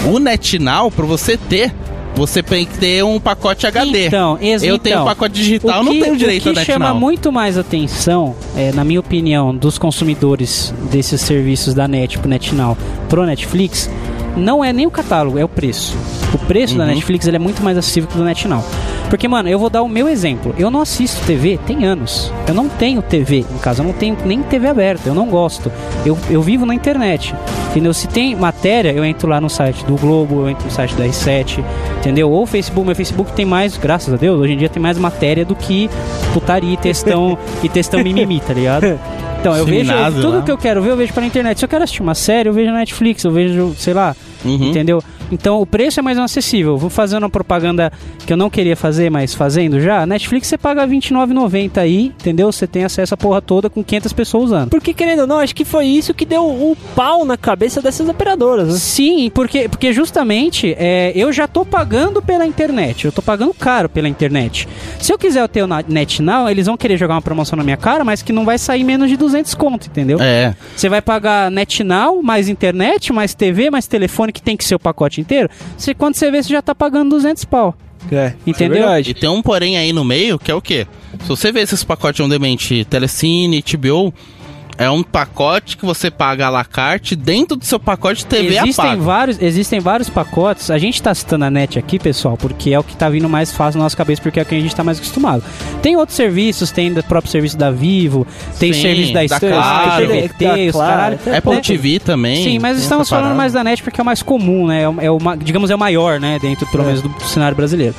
S3: O NetNow, pra você ter, você tem que ter um pacote HD.
S4: Então, ex
S3: eu
S4: então,
S3: tenho um pacote digital,
S4: o
S3: não
S4: que-
S3: tenho direito
S4: O
S3: ao
S4: que
S3: NetNow.
S4: chama muito mais atenção, é, na minha opinião, dos consumidores desses serviços da Net, tipo NetNow, pro Netflix, não é nem o catálogo, é o preço. O preço da
S3: Uhum.
S4: Netflix ele é muito mais acessível que o do NetNow. Porque, mano, eu vou dar o meu exemplo. Eu não assisto TV tem anos. Eu não tenho TV em casa, eu não tenho nem TV aberta, eu não gosto. Eu, eu vivo na internet. Entendeu? Se tem matéria, eu entro lá no site do Globo, eu entro no site da R7, entendeu? Ou Facebook, meu Facebook tem mais, graças a Deus, hoje em dia tem mais matéria do que putaria e textão, e textão mimimi, tá ligado? Então, eu vejo
S3: Ginásio,
S4: tudo
S3: né?
S4: que eu quero ver, eu vejo pela internet. Se eu quero assistir uma série, eu vejo na Netflix, eu vejo, sei lá,
S3: Uhum.
S4: entendeu? Então o preço é mais acessível. Vou fazer uma propaganda que eu não queria fazer, mas fazendo já. Netflix você paga R$29,90 aí, entendeu? Você tem acesso à porra toda com 500 pessoas usando.
S1: Porque, querendo ou não, acho que foi isso que deu o pau na cabeça dessas operadoras. Né?
S4: Sim, porque, porque justamente é, eu já tô pagando pela internet. Eu tô pagando caro pela internet. Se eu quiser ter o na- NetNow, eles vão querer jogar uma promoção na minha cara, mas que não vai sair menos de 200 conto, entendeu?
S3: É.
S4: Você vai pagar NetNow, mais internet, mais TV, mais telefone, que tem que ser o pacote inteiro. Você, quando você vê, você já tá pagando 200 pau.
S1: É,
S4: Entendeu?
S1: verdade.
S3: E tem um porém aí no meio, que é o quê? Se você vê esses pacotes on demand, Telecine, HBO, é um pacote que você paga à la carte, dentro do seu pacote TV a
S4: existem
S3: é pago.
S4: vários, existem vários pacotes. A gente tá citando a net aqui, pessoal, porque é o que tá vindo mais fácil na nossa cabeça, porque é o que a gente tá mais acostumado. Tem outros serviços, tem o próprio serviço da Vivo, tem
S3: Sim,
S4: o serviço da
S3: da
S4: Stan,
S3: Claro.
S4: TVT,
S1: Da
S4: os
S1: Claro.
S4: caralho.
S3: Apple
S4: né?
S3: TV também.
S4: Sim, mas
S3: tem
S4: estamos
S3: essa
S4: falando
S3: parada.
S4: mais da net porque é o mais comum, né? É o, é o ma- digamos, é o maior, né? Dentro, pelo
S1: É.
S4: menos, do, do cenário brasileiro.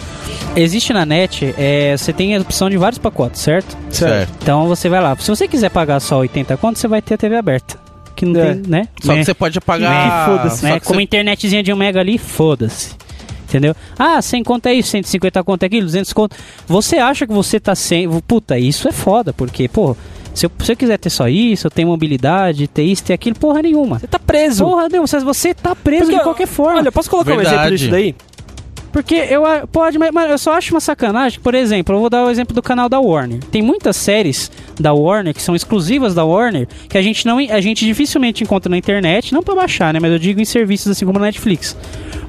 S4: Existe na net, é, você tem a opção de vários pacotes, certo?
S3: Certo.
S4: Então você vai lá. Se você quiser pagar só 80 conto, você vai ter a TV aberta. Que não
S1: É.
S4: tem, né?
S3: Só
S4: Né?
S3: que você pode pagar.
S4: Que foda-se,
S3: só
S4: né?
S3: que
S4: Como
S3: você-
S4: internetzinha de um mega ali, foda-se. Entendeu? Ah, 100 conto é isso, 150 conto é aquilo, 200 conto. Você acha que você tá sem. Puta, isso é foda, porque, pô, se eu, se eu quiser ter só isso, eu tenho mobilidade, ter isso, ter aquilo, porra nenhuma.
S1: Você tá preso.
S4: Porra nenhuma, você- você tá preso
S1: Porque,
S4: de qualquer forma.
S1: Olha, posso colocar um
S3: Verdade.
S1: exemplo disso daí?
S4: Porque eu. a- Pode, mas, mas eu só acho uma sacanagem. Por exemplo, eu vou dar o exemplo do canal da Warner. Tem muitas séries da Warner que são exclusivas da Warner que a gente não a gente dificilmente encontra na internet, não pra baixar, né? Mas eu digo em serviços assim como a Netflix.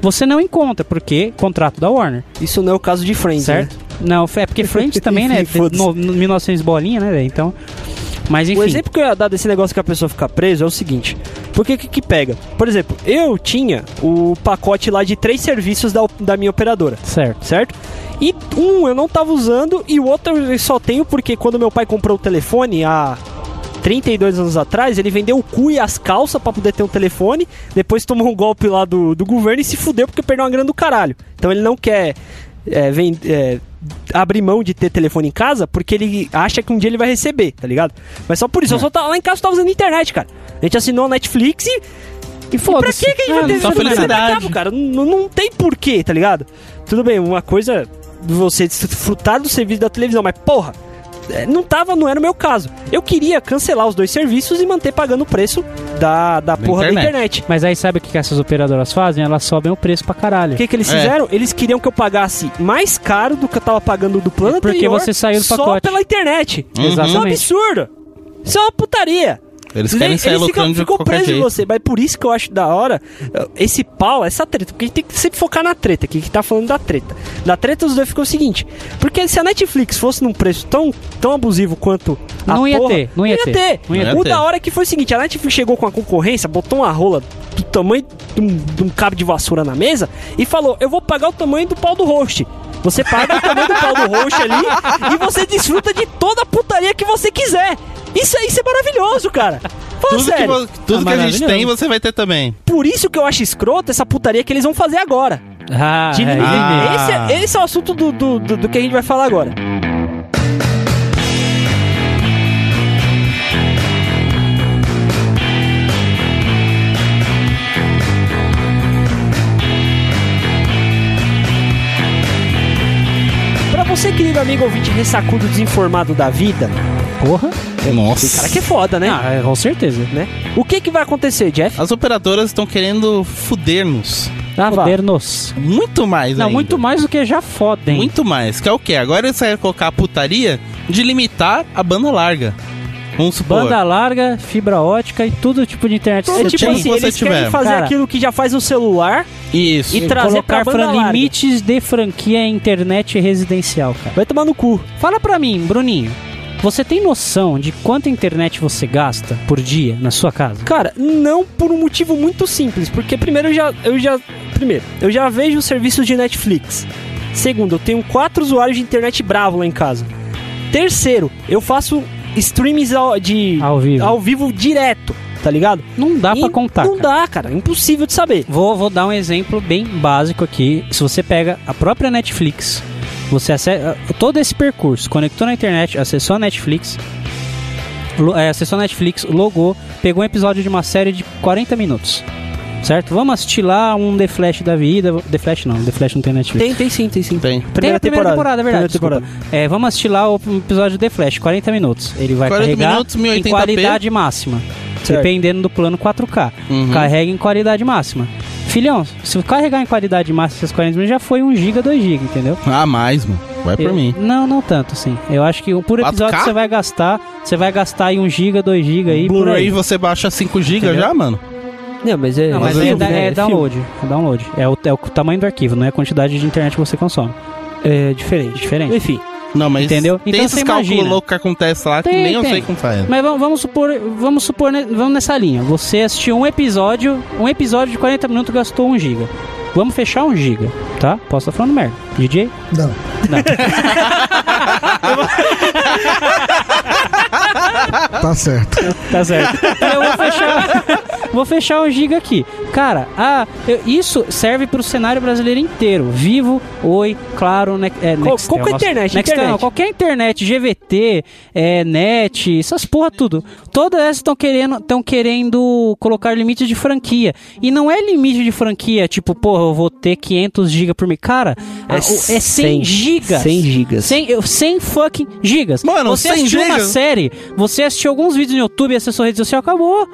S4: Você não encontra, porque contrato da Warner,
S1: Isso não é o caso de Friends,
S4: certo? Não, é porque Friends também, né?
S1: Enfim, [laughs] foda-se.
S4: No, no 1900 bolinha, né? velho? Então. Mas enfim.
S1: O exemplo que eu ia dar desse negócio que a pessoa fica presa é o seguinte. Porque o que, que pega? Por exemplo, eu tinha o pacote lá de três serviços da, da minha operadora,
S4: Certo.
S1: certo? E um eu não tava usando e o outro eu só tenho porque quando meu pai comprou o telefone há 32 anos atrás, ele vendeu o cu e as calças pra poder ter um telefone, depois tomou um golpe lá do, do governo e se fudeu porque perdeu uma grana do caralho. Então ele não quer é, vend- é, abrir mão de ter telefone em casa porque ele acha que um dia ele vai receber, tá ligado? Mas só por
S4: É.
S1: isso, eu só tava lá em casa, eu tava usando internet, cara. A gente assinou a Netflix e. E pra
S4: foda-se.
S1: que que a gente
S4: Ah,
S1: vai ter
S4: não
S1: esse
S3: só
S1: telefone
S3: felicidade.
S1: a cabo, cara? Não, não tem porquê, tá ligado? Tudo bem, uma coisa de você desfrutar do serviço da televisão, mas porra, é, não tava, não era o meu caso. Eu queria cancelar os dois serviços e manter pagando o preço da, da porra da
S3: internet.
S1: internet.
S4: Mas aí sabe o que que essas operadoras fazem? Elas sobem o preço pra caralho.
S1: O que, que eles
S3: É.
S1: fizeram? Eles queriam que eu pagasse mais caro do que eu tava pagando do plano
S4: Porque
S1: anterior,
S4: você saiu do
S1: só
S4: pacote.
S1: pela internet.
S3: Uhum.
S1: Isso é um
S4: Exatamente.
S1: absurdo. Isso é uma putaria.
S3: Eles querem sair
S1: Eles ficam-
S3: lucrando de
S1: ficam
S3: qualquer
S1: presos em
S3: jeito.
S1: você, mas por isso que eu acho da hora eh, esse pau, essa treta. Porque a gente tem que sempre focar na treta aqui, que tá falando da treta. Da treta dos dois ficou o seguinte: porque se a Netflix fosse num preço tão, tão abusivo quanto a
S4: Não ia
S1: porra,
S4: ter, não ia ter,
S1: Não ia ter. O
S3: ter.
S1: da hora que foi o seguinte: a Netflix chegou com a concorrência, botou uma rola do tamanho de um, de um cabo de vassoura na mesa e falou: eu vou pagar o tamanho do pau do host. Você paga o tamanho do pau do host ali e você desfruta de toda a putaria que você quiser. Isso, aí- isso é maravilhoso, cara. Fala
S3: Tudo, que,
S1: sério.
S3: vo-
S4: Ah,
S3: tudo que a gente
S4: maravilhoso.
S3: tem, você vai ter também.
S1: Por isso que eu acho escroto essa putaria que eles vão fazer agora.
S4: Ah,
S1: De-
S4: é, entendi.
S1: esse, é- esse é o assunto do, do, do- do que a gente vai falar agora. Pra você, querido amigo ouvinte ressacudo desinformado da vida,
S4: Porra.
S1: esse
S3: Nossa.
S1: cara que é foda, né?
S4: Ah, é, com certeza.
S1: Né? O que que vai acontecer, Jeff?
S3: As operadoras estão querendo foder-nos.
S1: Ah, vá.
S4: Modernos.
S3: Muito mais
S4: Não,
S3: ainda.
S4: muito mais do que já fodem.
S3: Muito mais. Que é o quê? Agora eles querem colocar a putaria de limitar a banda larga. Vamos supor.
S4: Banda larga, fibra ótica e todo tipo de internet.
S1: É
S3: Todo
S1: tipo
S3: time
S1: assim,
S3: que você
S1: eles querem
S3: tiver.
S1: fazer
S4: Cara.
S1: aquilo que já faz o celular
S3: Isso.
S1: e trazer pra
S4: colocar
S1: banda
S4: fran-
S1: larga.
S4: limites de franquia internet residencial, cara.
S1: Vai tomar no cu.
S4: Fala pra mim, Bruninho. Você tem noção de quanta internet você gasta por dia na sua casa?
S1: Cara, não por um motivo muito simples, porque primeiro eu já, eu já, primeiro, eu já vejo os serviços de Netflix. Segundo, eu tenho quatro usuários de internet bravo lá em casa. Terceiro, eu faço streams ao- de
S4: Ao vivo.
S1: ao vivo direto, tá ligado?
S4: Não dá
S1: E
S4: pra contar.
S1: Não
S4: cara.
S1: dá, cara, é impossível de saber.
S4: Vou, vou dar um exemplo bem básico aqui. Se você pega a própria Netflix, você acessa todo esse percurso, conectou na internet, acessou a Netflix, eh, lo- é, acessou a Netflix, logou, pegou um episódio de uma série de 40 minutos. certo? Vamos assistir lá um The Flash da vida. The Flash não, The Flash não tem Netflix.
S1: Tem, tem sim, tem sim.
S3: Tem.
S4: Tem a primeira temporada, é verdade.
S1: Primeira
S4: desculpa. É, vamos assistir lá o episódio do The Flash, 40 minutos. Ele vai
S3: 40
S4: carregar
S3: minutos,
S4: em
S3: 1080p.
S4: qualidade máxima.
S1: Certo.
S4: Dependendo do plano 4K.
S3: Uhum.
S4: Carrega em qualidade máxima. Filhão, se carregar em qualidade máxima esses 40 minutos, já foi 1 GB, 2 GB, entendeu?
S3: Ah, mais, mano. Vai por
S4: Eu-
S3: mim.
S4: Não, não tanto, sim. Eu acho que um- por
S3: 4K?
S4: episódio você vai gastar, você vai gastar um aí 1 GB, 2 GB aí. por
S3: Blu-ray
S4: aí.
S3: você baixa 5GB já, mano?
S1: Não, mas é.
S4: Não, mas,
S3: Mas
S4: é,
S3: eu-
S4: da- é
S1: filme.
S4: download. É download. É o, é o tamanho do arquivo, não é a quantidade de internet que você consome.
S1: É diferente.
S4: Diferente.
S1: Enfim,
S3: Não, mas
S4: Entendeu?
S3: tem
S4: Então
S3: esses
S4: você
S3: cálculos
S4: imagina.
S3: loucos que acontecem lá que
S4: Tem,
S3: nem eu
S4: tem.
S3: sei como faz.
S4: Mas vamos, vamos supor, vamos supor, né, vamos nessa linha. Você assistiu um episódio, um episódio de 40 minutos gastou 1 giga. Vamos fechar 1 giga, tá? Posso estar falando merda. DJ?
S2: Não. tá certo.
S4: Tá certo. [laughs] eu vou fechar, vou fechar 1 giga aqui. Cara, ah, eu- isso serve pro cenário brasileiro inteiro. Vivo, Oi, Claro, ne é,
S1: Qual-
S4: Nextel,
S1: qualquer
S4: nossa.
S1: internet,
S4: Nextel
S1: internet.
S4: não, qualquer internet, GVT, é, net, essas porra tudo. Todas essas estão querendo, tão querendo colocar limites de franquia. E não é limite de franquia, tipo, porra, eu vou ter 500 GB por mês. Cara, a- o- é, 100, gigas.
S1: 100 gigas.
S4: 100, eu- 100 fucking gigas.
S3: Mano,
S4: você
S3: 100
S4: assistiu uma
S3: gigas?
S4: série, você assistiu alguns vídeos no YouTube, acessou rede social, acabou.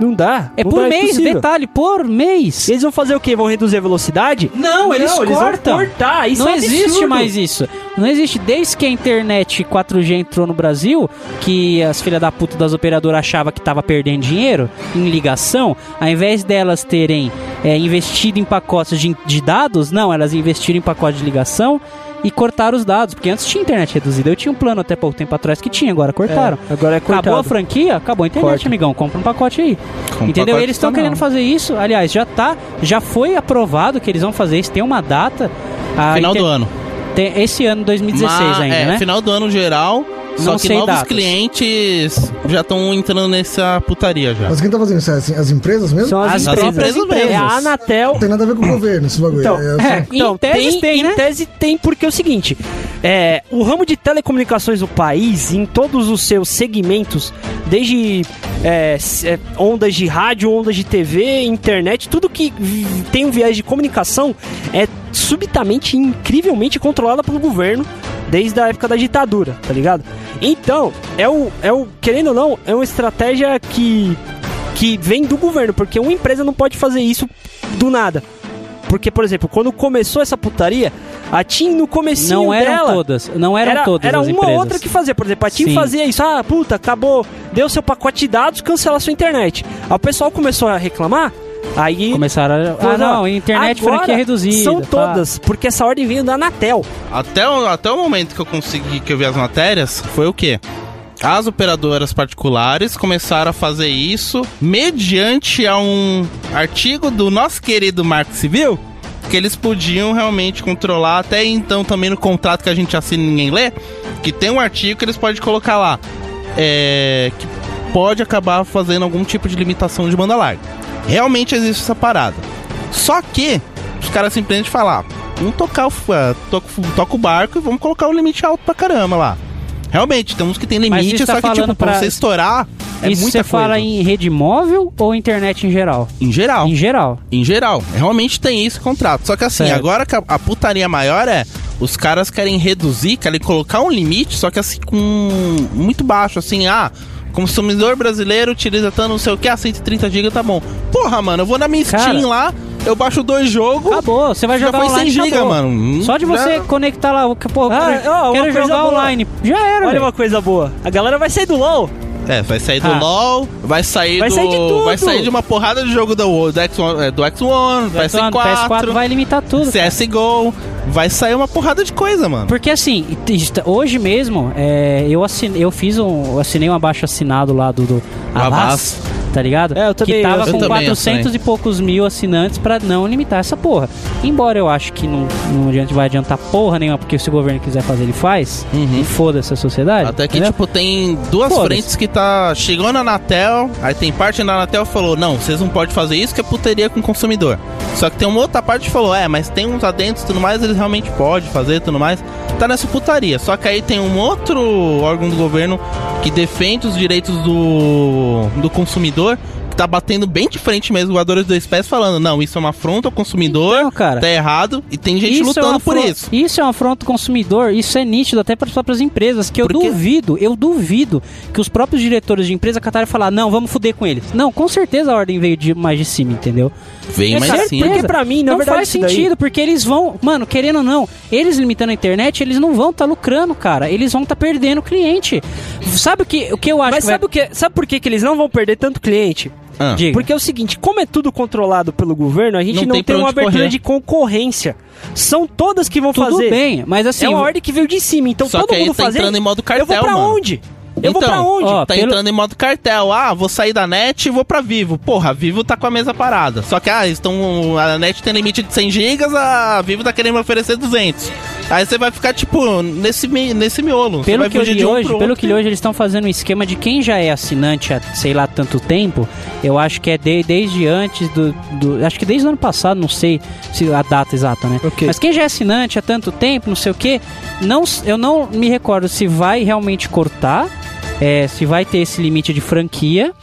S1: não dá.
S4: É
S1: Não
S4: por
S1: dá,
S4: mês,
S1: impossível.
S4: detalhe, por mês.
S1: Eles vão fazer o quê? Vão reduzir a velocidade?
S4: Não, eles cortam.
S1: vão cortar. Isso
S4: não
S1: é um
S4: existe
S1: absurdo.
S4: mais isso. Não existe. Desde que a internet 4G entrou no Brasil, que as filhas da puta das operadoras achavam que tava perdendo dinheiro em ligação, ao invés delas terem é, investido em pacotes de, de dados, não, elas investiram em pacote de ligação e cortaram os dados. Porque antes tinha internet reduzida. Eu tinha um plano até pouco tempo atrás que tinha, agora cortaram.
S1: É, agora é cortado.
S4: Acabou a franquia? Acabou a internet,
S1: Corta.
S4: amigão. Compra um pacote aí.
S3: Compra um
S4: Entendeu?
S3: pacote
S4: Eles estão
S3: tá
S4: querendo
S3: não.
S4: fazer isso. Aliás, já tá, já foi aprovado que eles vão fazer isso. Tem uma data. A
S3: Final
S4: inter-
S3: do ano.
S4: tem- esse ano, 2016
S3: Mas,
S4: ainda,
S3: é,
S4: né?
S3: final do ano geral. Só
S4: Não
S3: que
S4: sei
S3: novos
S4: datas.
S3: clientes já estão entrando nessa putaria já.
S2: Mas quem tá fazendo isso? É assim, As empresas mesmo?
S1: São as,
S3: As
S1: empresas.
S3: próprias empresas.
S1: É a Anatel.
S2: Não tem nada a ver com o governo esse bagulho.
S1: Então,
S2: É,
S4: é.
S1: Então,
S4: Em tese
S1: tem,
S4: tem,
S1: em
S4: né?
S1: tese tem, porque é o seguinte: é, o ramo de telecomunicações do país, em todos os seus segmentos, desde é, s- é, ondas de rádio, ondas de TV, internet, tudo que vi- tem um viés de comunicação é subitamente, incrivelmente controlada pelo governo desde a época da ditadura, tá ligado? Então, é o, é o querendo ou não, é uma estratégia que, que vem do governo, porque uma empresa não pode fazer isso do nada. Porque, por exemplo, quando começou essa putaria, a TIM no comecinho
S4: Não eram
S1: dela...
S4: todas. Não eram
S1: era,
S4: todas
S1: era
S4: as
S1: uma
S4: empresas.
S1: outra que fazia, por exemplo, a TIM
S4: Sim.
S1: fazia isso, ah, puta, acabou, deu seu pacote de dados, cancela sua internet. Aí o pessoal começou a reclamar, aí...
S4: Começaram a...
S1: Falou,
S4: Ah, não, internet
S1: agora
S4: franquia reduzida.
S1: São
S4: pá.
S1: todas, porque essa ordem veio da Anatel.
S3: Até o, até o momento que eu consegui que eu vi as matérias, foi o quê? As operadoras particulares começaram a fazer isso mediante a um artigo do nosso querido Marco Civil, que eles podiam realmente controlar, até então também no contrato que a gente assina e ninguém lê, que tem um artigo que eles podem colocar lá, é, que pode acabar fazendo algum tipo de limitação de banda larga. Realmente existe essa parada. Só que os caras simplesmente falam, "Ah, vamos tocar o, f- ah, toca, o f- toca o barco e vamos colocar o limite alto pra caramba lá. Realmente, tem uns que tem
S4: Mas
S3: limite,
S4: isso tá
S3: só que tipo,
S4: falando
S3: pra
S4: pra-
S3: você estourar, é
S4: isso
S3: muita
S4: você fala
S3: coisa.
S4: em rede móvel ou internet em geral?
S3: Em geral.
S4: Em geral.
S3: Em geral, realmente tem esse contrato. Só que assim,
S4: Certo.
S3: agora que a, a putaria maior é. Os caras querem reduzir, querem colocar um limite, só que assim, com. muito baixo, assim, ah. Consumidor brasileiro utiliza tanto não sei o que, a 130 GB tá bom. Porra, mano, eu vou na minha
S4: Cara.
S3: Steam lá, eu baixo dois jogos.
S4: Acabou, você vai
S3: já
S4: jogar
S3: foi
S4: online,
S3: 100 giga,
S4: acabou.
S3: mano.
S4: Só de você
S3: Já-
S4: conectar lá, o que, porra,
S1: Ah,
S4: quero,
S1: ó, uma
S4: quero
S1: coisa
S4: jogar
S1: boa.
S4: online. Já era,
S1: Olha
S4: velho.
S1: uma coisa boa, a galera vai sair do LoL.
S3: É, vai sair do
S4: Ah.
S3: LOL, vai sair
S1: Vai
S3: do.
S1: sair de tudo.
S3: Vai sair de uma porrada de jogo do, do X1, é, do X1
S4: Vai
S1: um,
S4: tomar
S3: PS4,
S4: no PS4 vai limitar tudo.
S3: CSGO. Vai sair uma porrada de coisa, mano.
S4: Porque assim, está- hoje mesmo, é, eu, assinei, eu fiz um. eu assinei um abaixo assinado lá do, do Avast, tá ligado?
S1: É, eu também-
S4: que
S1: eu
S4: tava com
S3: também
S4: 400 e poucos mil assinantes pra não limitar essa porra. Embora eu acho que não, não adianta, vai adiantar porra nenhuma, porque se o governo quiser fazer, ele faz.
S3: Uhum.
S4: E foda-se a sociedade.
S3: Até que,
S4: entendeu?
S3: tipo, tem duas
S4: Foda-se.
S3: frentes que tá chegando na Anatel, aí tem parte da Anatel que falou, não, vocês não podem fazer isso que é puteria com o consumidor. Só que tem uma outra parte que falou, é, mas tem uns adentros e tudo mais, eles realmente podem fazer e tudo mais. Tá nessa putaria. Só que aí tem um outro órgão do governo que defende os direitos do, do consumidor, que tá batendo bem de frente mesmo, voadores dois pés, falando: não, isso é uma afronta ao consumidor,
S4: Então, cara.
S3: tá errado, e tem gente
S4: é um
S3: lutando por
S4: afron-
S3: isso.
S4: Isso é um afronto ao consumidor, isso é nítido até para as próprias empresas, que eu
S3: Porque-
S4: duvido, eu duvido que os próprios diretores de empresa cataram e falaram, não, vamos fuder com eles. Não, com certeza a ordem veio de mais de cima, entendeu?
S3: Vem mais
S1: Cara,
S3: assim.
S1: Porque pra mim, na
S4: não
S1: verdade,
S4: faz
S1: isso daí-
S4: sentido, porque eles vão, mano, querendo ou não, eles limitando a internet, eles não vão estar lucrando, cara. Eles vão estar perdendo cliente. Sabe o que, o que eu acho
S1: Mas
S4: que vai-
S1: sabe, o que, sabe por que, que eles não vão perder tanto cliente?
S3: Ah,
S4: Diga.
S1: Porque é o seguinte, como é tudo controlado pelo governo, a gente
S3: Não
S1: não,
S3: tem pra
S1: tem uma
S3: onde
S1: abertura
S3: correr.
S1: de concorrência. São todas que vão
S4: tudo
S1: fazer.
S4: bem, mas assim,
S1: é uma ordem que veio de cima, então
S3: Só
S1: todo
S3: que aí
S1: mundo
S3: tá
S1: fazendo.
S3: entrando em modo
S1: eu vou
S3: cartel,
S1: pra
S3: mano.
S1: onde? Eu vou
S3: Então,
S1: pra onde?
S4: ó,
S3: tá
S4: pelo-
S3: entrando em modo cartel. Ah, vou sair da net e vou pra Vivo. Porra, a Vivo tá com a mesma parada. Só que, ah, estão, a net tem limite de 100 gigas, a Vivo tá querendo me oferecer 200. Aí você vai ficar, tipo, nesse, mi- nesse miolo. Você
S4: Pelo
S3: vai
S4: que eu
S3: fugir
S4: li
S3: um
S4: hoje,
S3: pro
S4: pelo
S3: outro
S4: que li hoje, eles estão fazendo um esquema de quem já é assinante há sei lá tanto tempo. Eu acho que é de- desde antes do, do- Acho que desde o ano passado, não sei se a data exata, né?
S1: Ok.
S4: Mas quem já é assinante há tanto tempo, não sei o quê, não, s- eu não me recordo se vai realmente cortar, é, se vai ter esse limite de franquia.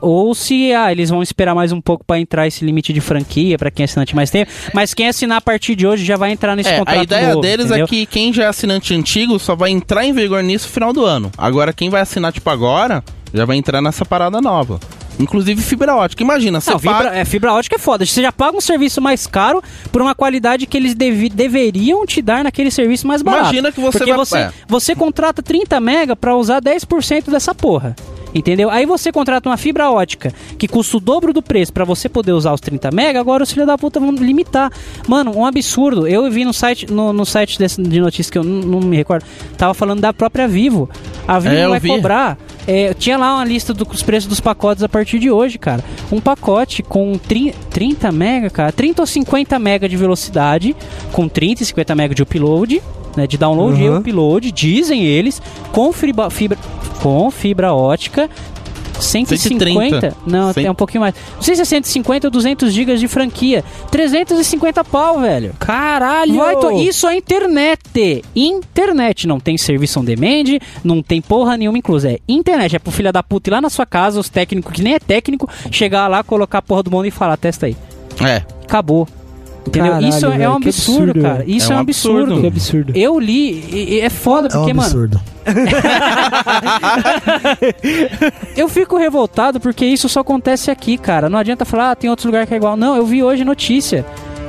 S4: Ou se ah, eles vão esperar mais um pouco pra entrar esse limite de franquia pra quem é assinante mais tempo, mas quem assinar a partir de hoje já vai entrar nesse
S3: É,
S4: contrato
S3: a ideia
S4: novo,
S3: deles
S4: entendeu?
S3: é que quem já é assinante antigo só vai entrar em vigor nisso no final do ano. Agora, quem vai assinar, tipo, agora, já vai entrar nessa parada nova. Inclusive fibra ótica. Imagina, você
S4: Não, fibra,
S3: paga...
S4: é, fibra ótica é foda. Você já paga um serviço mais caro por uma qualidade que eles devi- deveriam te dar naquele serviço mais barato.
S3: Imagina que você
S4: Porque
S3: vai-
S4: Você,
S3: é.
S4: você contrata 30 mega pra usar 10% dessa porra. Entendeu? Aí você contrata uma fibra ótica que custa o dobro do preço pra você poder usar os 30 mega, agora os filhos da puta vão limitar. Mano, um absurdo. Eu vi no site, no, no site desse- de notícias que eu n- não me recordo, tava falando da própria Vivo. A Vivo
S3: É, eu
S4: vai
S3: vi.
S4: cobrar comprar, é, tinha lá uma lista do- dos preços dos pacotes a partir de hoje, cara. Um pacote com tri- 30 mega, cara, 30 ou 50 mega de velocidade, com 30 e 50 mega de upload, né, de download e
S1: Uhum.
S4: upload, dizem eles, com fibra, fibra, com fibra ótica, 150,
S3: 130.
S4: não,
S3: Cem-
S4: tem um pouquinho mais. Não sei se é 150 ou 200 gigas de franquia. 350 pau, velho. Caralho! Isso é internet. Internet. Não tem serviço on demand, não tem porra nenhuma inclusa. É internet. É pro filho da puta ir lá na sua casa, os técnicos, que nem é técnico, chegar lá, colocar a porra do mundo e falar, testa aí.
S3: É,
S4: Acabou. Entendeu?
S1: Caralho,
S4: isso é
S1: velho,
S4: um
S1: que
S4: absurdo,
S1: absurdo.
S4: cara. Isso é, um absurdo.
S1: Que absurdo.
S4: Eu li, e- e é foda,
S2: É um
S4: porque, mano,
S2: absurdo.
S4: [laughs] Eu fico revoltado porque isso só acontece aqui, cara. Não adianta falar, ah, tem outro lugar que é igual. Não, eu vi hoje notícia.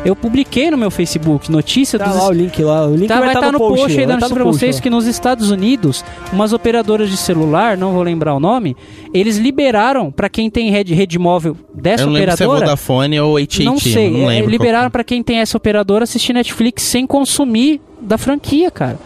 S4: Eu publiquei no meu Facebook notícia
S1: Tá
S4: dos.
S1: lá o link lá. O link
S4: Tá, vai
S1: estar
S4: estar no post, aí
S1: vai
S4: dando
S1: tá
S4: isso
S1: no
S4: pra
S1: post,
S4: vocês
S1: ó.
S4: que nos Estados Unidos, umas operadoras de celular, não vou lembrar o nome, eles liberaram pra quem tem rede, rede móvel dessa
S3: eu não lembro se é
S4: operadora.
S3: Vodafone ou AT&T.
S4: não sei,
S3: não
S4: é,
S3: lembro. qual-
S4: liberaram pra quem tem essa operadora assistir Netflix sem consumir da franquia, cara.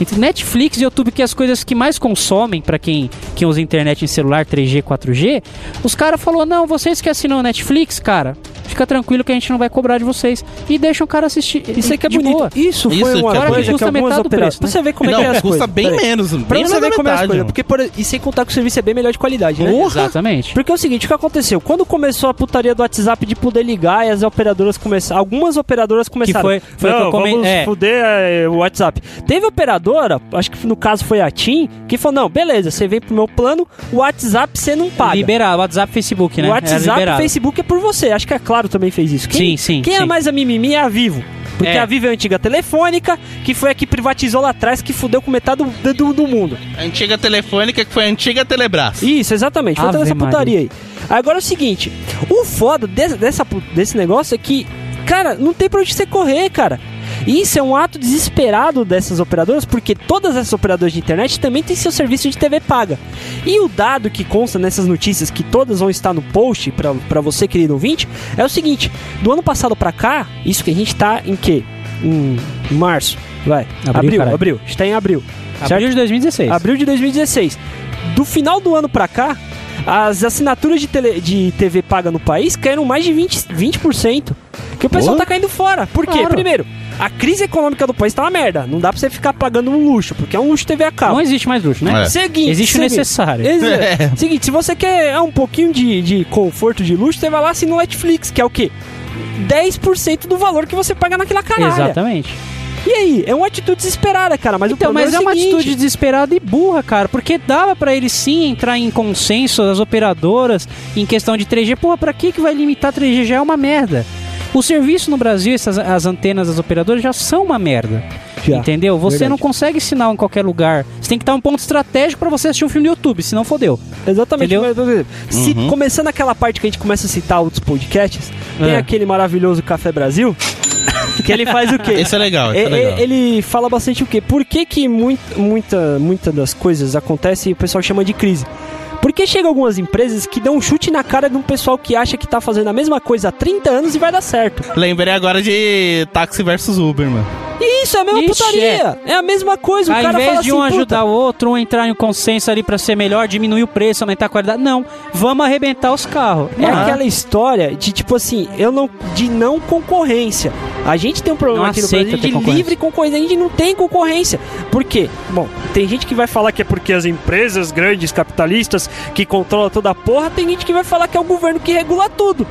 S4: Entre Netflix e YouTube, que é as coisas que mais consomem pra quem, quem usa internet em celular 3G, 4G, os caras falaram: não, vocês que assinam Netflix, cara, fica tranquilo que a gente não vai cobrar de vocês. E deixa o cara assistir.
S1: Isso
S4: e-
S1: aí que é
S4: de
S1: bonito.
S4: boa.
S1: Isso foi
S3: Isso que é
S1: uma
S3: bonito.
S1: coisa que
S4: Custa
S1: algumas
S4: metade do
S1: operações...
S4: preço,
S1: Pra
S4: né?
S1: você ver como é que é
S3: Não,
S1: as
S3: custa
S1: coisas.
S3: bem
S1: Peraí.
S3: menos.
S1: Pra
S3: bem
S1: você ver
S3: mais da
S1: como é as
S3: metade,
S1: coisas.
S3: mano.
S1: Porque, por... e sem contar que o serviço é bem melhor de qualidade, né?
S3: Uhum.
S4: Exatamente.
S1: Porque é o seguinte, o que aconteceu? Quando começou a putaria do WhatsApp de poder ligar e as operadoras começaram. Algumas operadoras começaram.
S4: foi- foi o que eu comen-
S1: vamos
S4: é.
S1: fuder é, o WhatsApp. Teve operadora, acho que no caso foi a TIM, que falou: não, beleza, você vem pro meu plano, o WhatsApp você não paga.
S4: Liberar, WhatsApp Facebook, né?
S1: O
S4: Era
S1: WhatsApp e
S4: liberado.
S1: Facebook é por você. Acho que a Claro também fez isso.
S4: Sim,
S1: Quem,
S4: sim,
S1: Quem é
S4: sim.
S1: mais a mimimi é a Vivo. Porque
S4: É.
S1: a Vivo é a antiga telefônica, que foi a que privatizou lá atrás, que fudeu com metade do, do- do mundo.
S3: A antiga telefônica que foi a antiga é Telebrás.
S1: Isso, exatamente. Foi toda
S4: Ave
S1: essa
S4: Maria.
S1: putaria aí. Agora é o seguinte: o foda desse, dessa pu- desse negócio é que, cara, não tem pra onde você correr, cara. E Isso é um ato desesperado dessas operadoras, porque todas essas operadoras de internet também têm seu serviço de TV paga. E o dado que consta nessas notícias, que todas vão estar no post pra pra você, querido ouvinte, é o seguinte: do ano passado pra cá, isso que a gente tá em quê? Em março, vai.
S4: Abril,
S1: Abril, abril.
S4: caralho.
S1: A gente tá em abril. certo?
S4: Abril de 2016.
S1: Abril de 2016. Do final do ano pra cá, as assinaturas de, tele- de TV paga no país caíram mais de 20%. 20% que o pessoal
S3: Pô.
S1: tá caindo fora. Por quê?
S4: Claro.
S1: Primeiro, a crise econômica do país tá uma merda. Não dá pra você ficar pagando um luxo, porque é um luxo TV a cabo.
S4: Não existe mais luxo, né?
S3: É.
S1: Seguinte,
S4: Existe o
S1: seguinte.
S4: necessário.
S1: Ex-
S3: É.
S1: Seguinte, se você quer ah, um pouquinho de, de conforto, de luxo, você vai lá e assina o Netflix, que é o quê? 10% do valor que você paga naquela caralho.
S4: Exatamente.
S1: E aí? É uma atitude desesperada, cara. Mas
S4: Então,
S1: o problema
S4: mas é,
S1: o
S4: uma
S1: seguinte,
S4: atitude desesperada e burra, cara, porque dava pra eles sim entrar em consenso as operadoras em questão de 3G. Porra, pra que que vai limitar 3G? Já é uma merda. O serviço no Brasil, essas as antenas das operadoras já são uma merda.
S1: Já.
S4: Entendeu? Você
S1: Verdade.
S4: não consegue sinal em qualquer lugar. Você tem que estar em um ponto estratégico pra você assistir um filme no YouTube, senão fodeu.
S1: Exatamente.
S4: Entendeu? Uhum.
S1: Mas, se- começando aquela parte que a gente começa a citar outros podcasts, tem
S4: É.
S1: aquele maravilhoso Café Brasil, que ele faz o
S4: [laughs]
S1: quê?
S3: Esse é legal, esse é
S1: E-
S3: legal.
S1: e- Ele fala bastante o quê? Por que, que mui- muita, muita das coisas acontece e o pessoal chama de crise? Porque chega algumas empresas que dão um chute na cara de um pessoal que acha que tá fazendo a mesma coisa há 30 anos e vai dar certo.
S3: Lembrei agora de táxi versus Uber, mano.
S1: E isso é a mesma
S4: Ixi,
S1: putaria. É. a mesma coisa. O
S4: Ao
S1: cara
S4: invés
S1: fala
S4: de um
S1: assim, puta,
S4: ajudar o outro, um entrar em um consenso ali pra ser melhor, diminuir o preço, aumentar a qualidade. Não, vamos arrebentar os carros.
S1: É
S4: Ah.
S1: aquela história de tipo assim, eu não de não concorrência. A gente tem um problema
S4: Não
S1: aqui no
S4: aceita
S1: Brasil
S4: ter
S1: de
S4: concorrência.
S1: livre concorrência, a gente não tem concorrência. Por quê? Bom, tem gente que vai falar que é porque as empresas grandes capitalistas que controlam toda a porra, tem gente que vai falar que é o governo que regula tudo.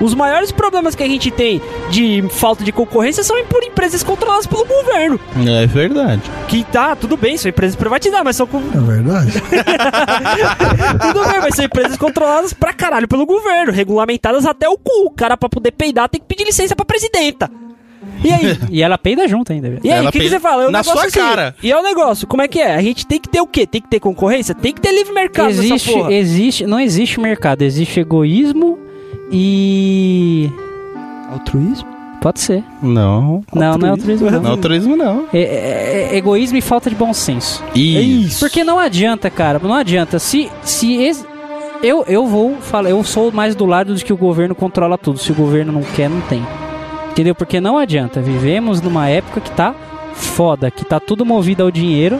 S1: Os maiores problemas que a gente tem de falta de concorrência são por empresas controladas pelo governo.
S3: É verdade.
S1: Que tá, tudo bem, são empresas privatizadas, mas são com-
S2: É verdade.
S1: tudo bem, mas são empresas controladas pra caralho pelo governo, regulamentadas até o cu. O cara, pra poder peidar, tem que pedir licença pra presidenta. E aí?
S4: E ela peida junto ainda. velho.
S1: E aí,
S3: Ela
S1: o que, que
S3: peida
S1: você fala? É um
S3: na
S1: negócio
S3: sua
S1: assim.
S3: cara.
S1: E é o negócio, como é que é? A gente tem que ter o quê? Tem que ter concorrência? Tem que ter livre mercado
S4: existe,
S1: nessa porra.
S4: existe, não existe mercado, existe egoísmo e
S1: Altruísmo?
S4: pode ser.
S3: Não.
S4: Não, não é altruísmo. Não.
S3: Não, altruísmo não.
S4: É- é- é egoísmo e falta de bom senso.
S1: É
S3: E
S4: Porque não adianta, cara, não adianta. Se se ex- eu eu vou falar, eu sou mais do lado de que o governo controla tudo. Se o governo não quer, não tem. Entendeu? Porque não adianta. Vivemos numa época que tá foda, que tá tudo movido ao dinheiro,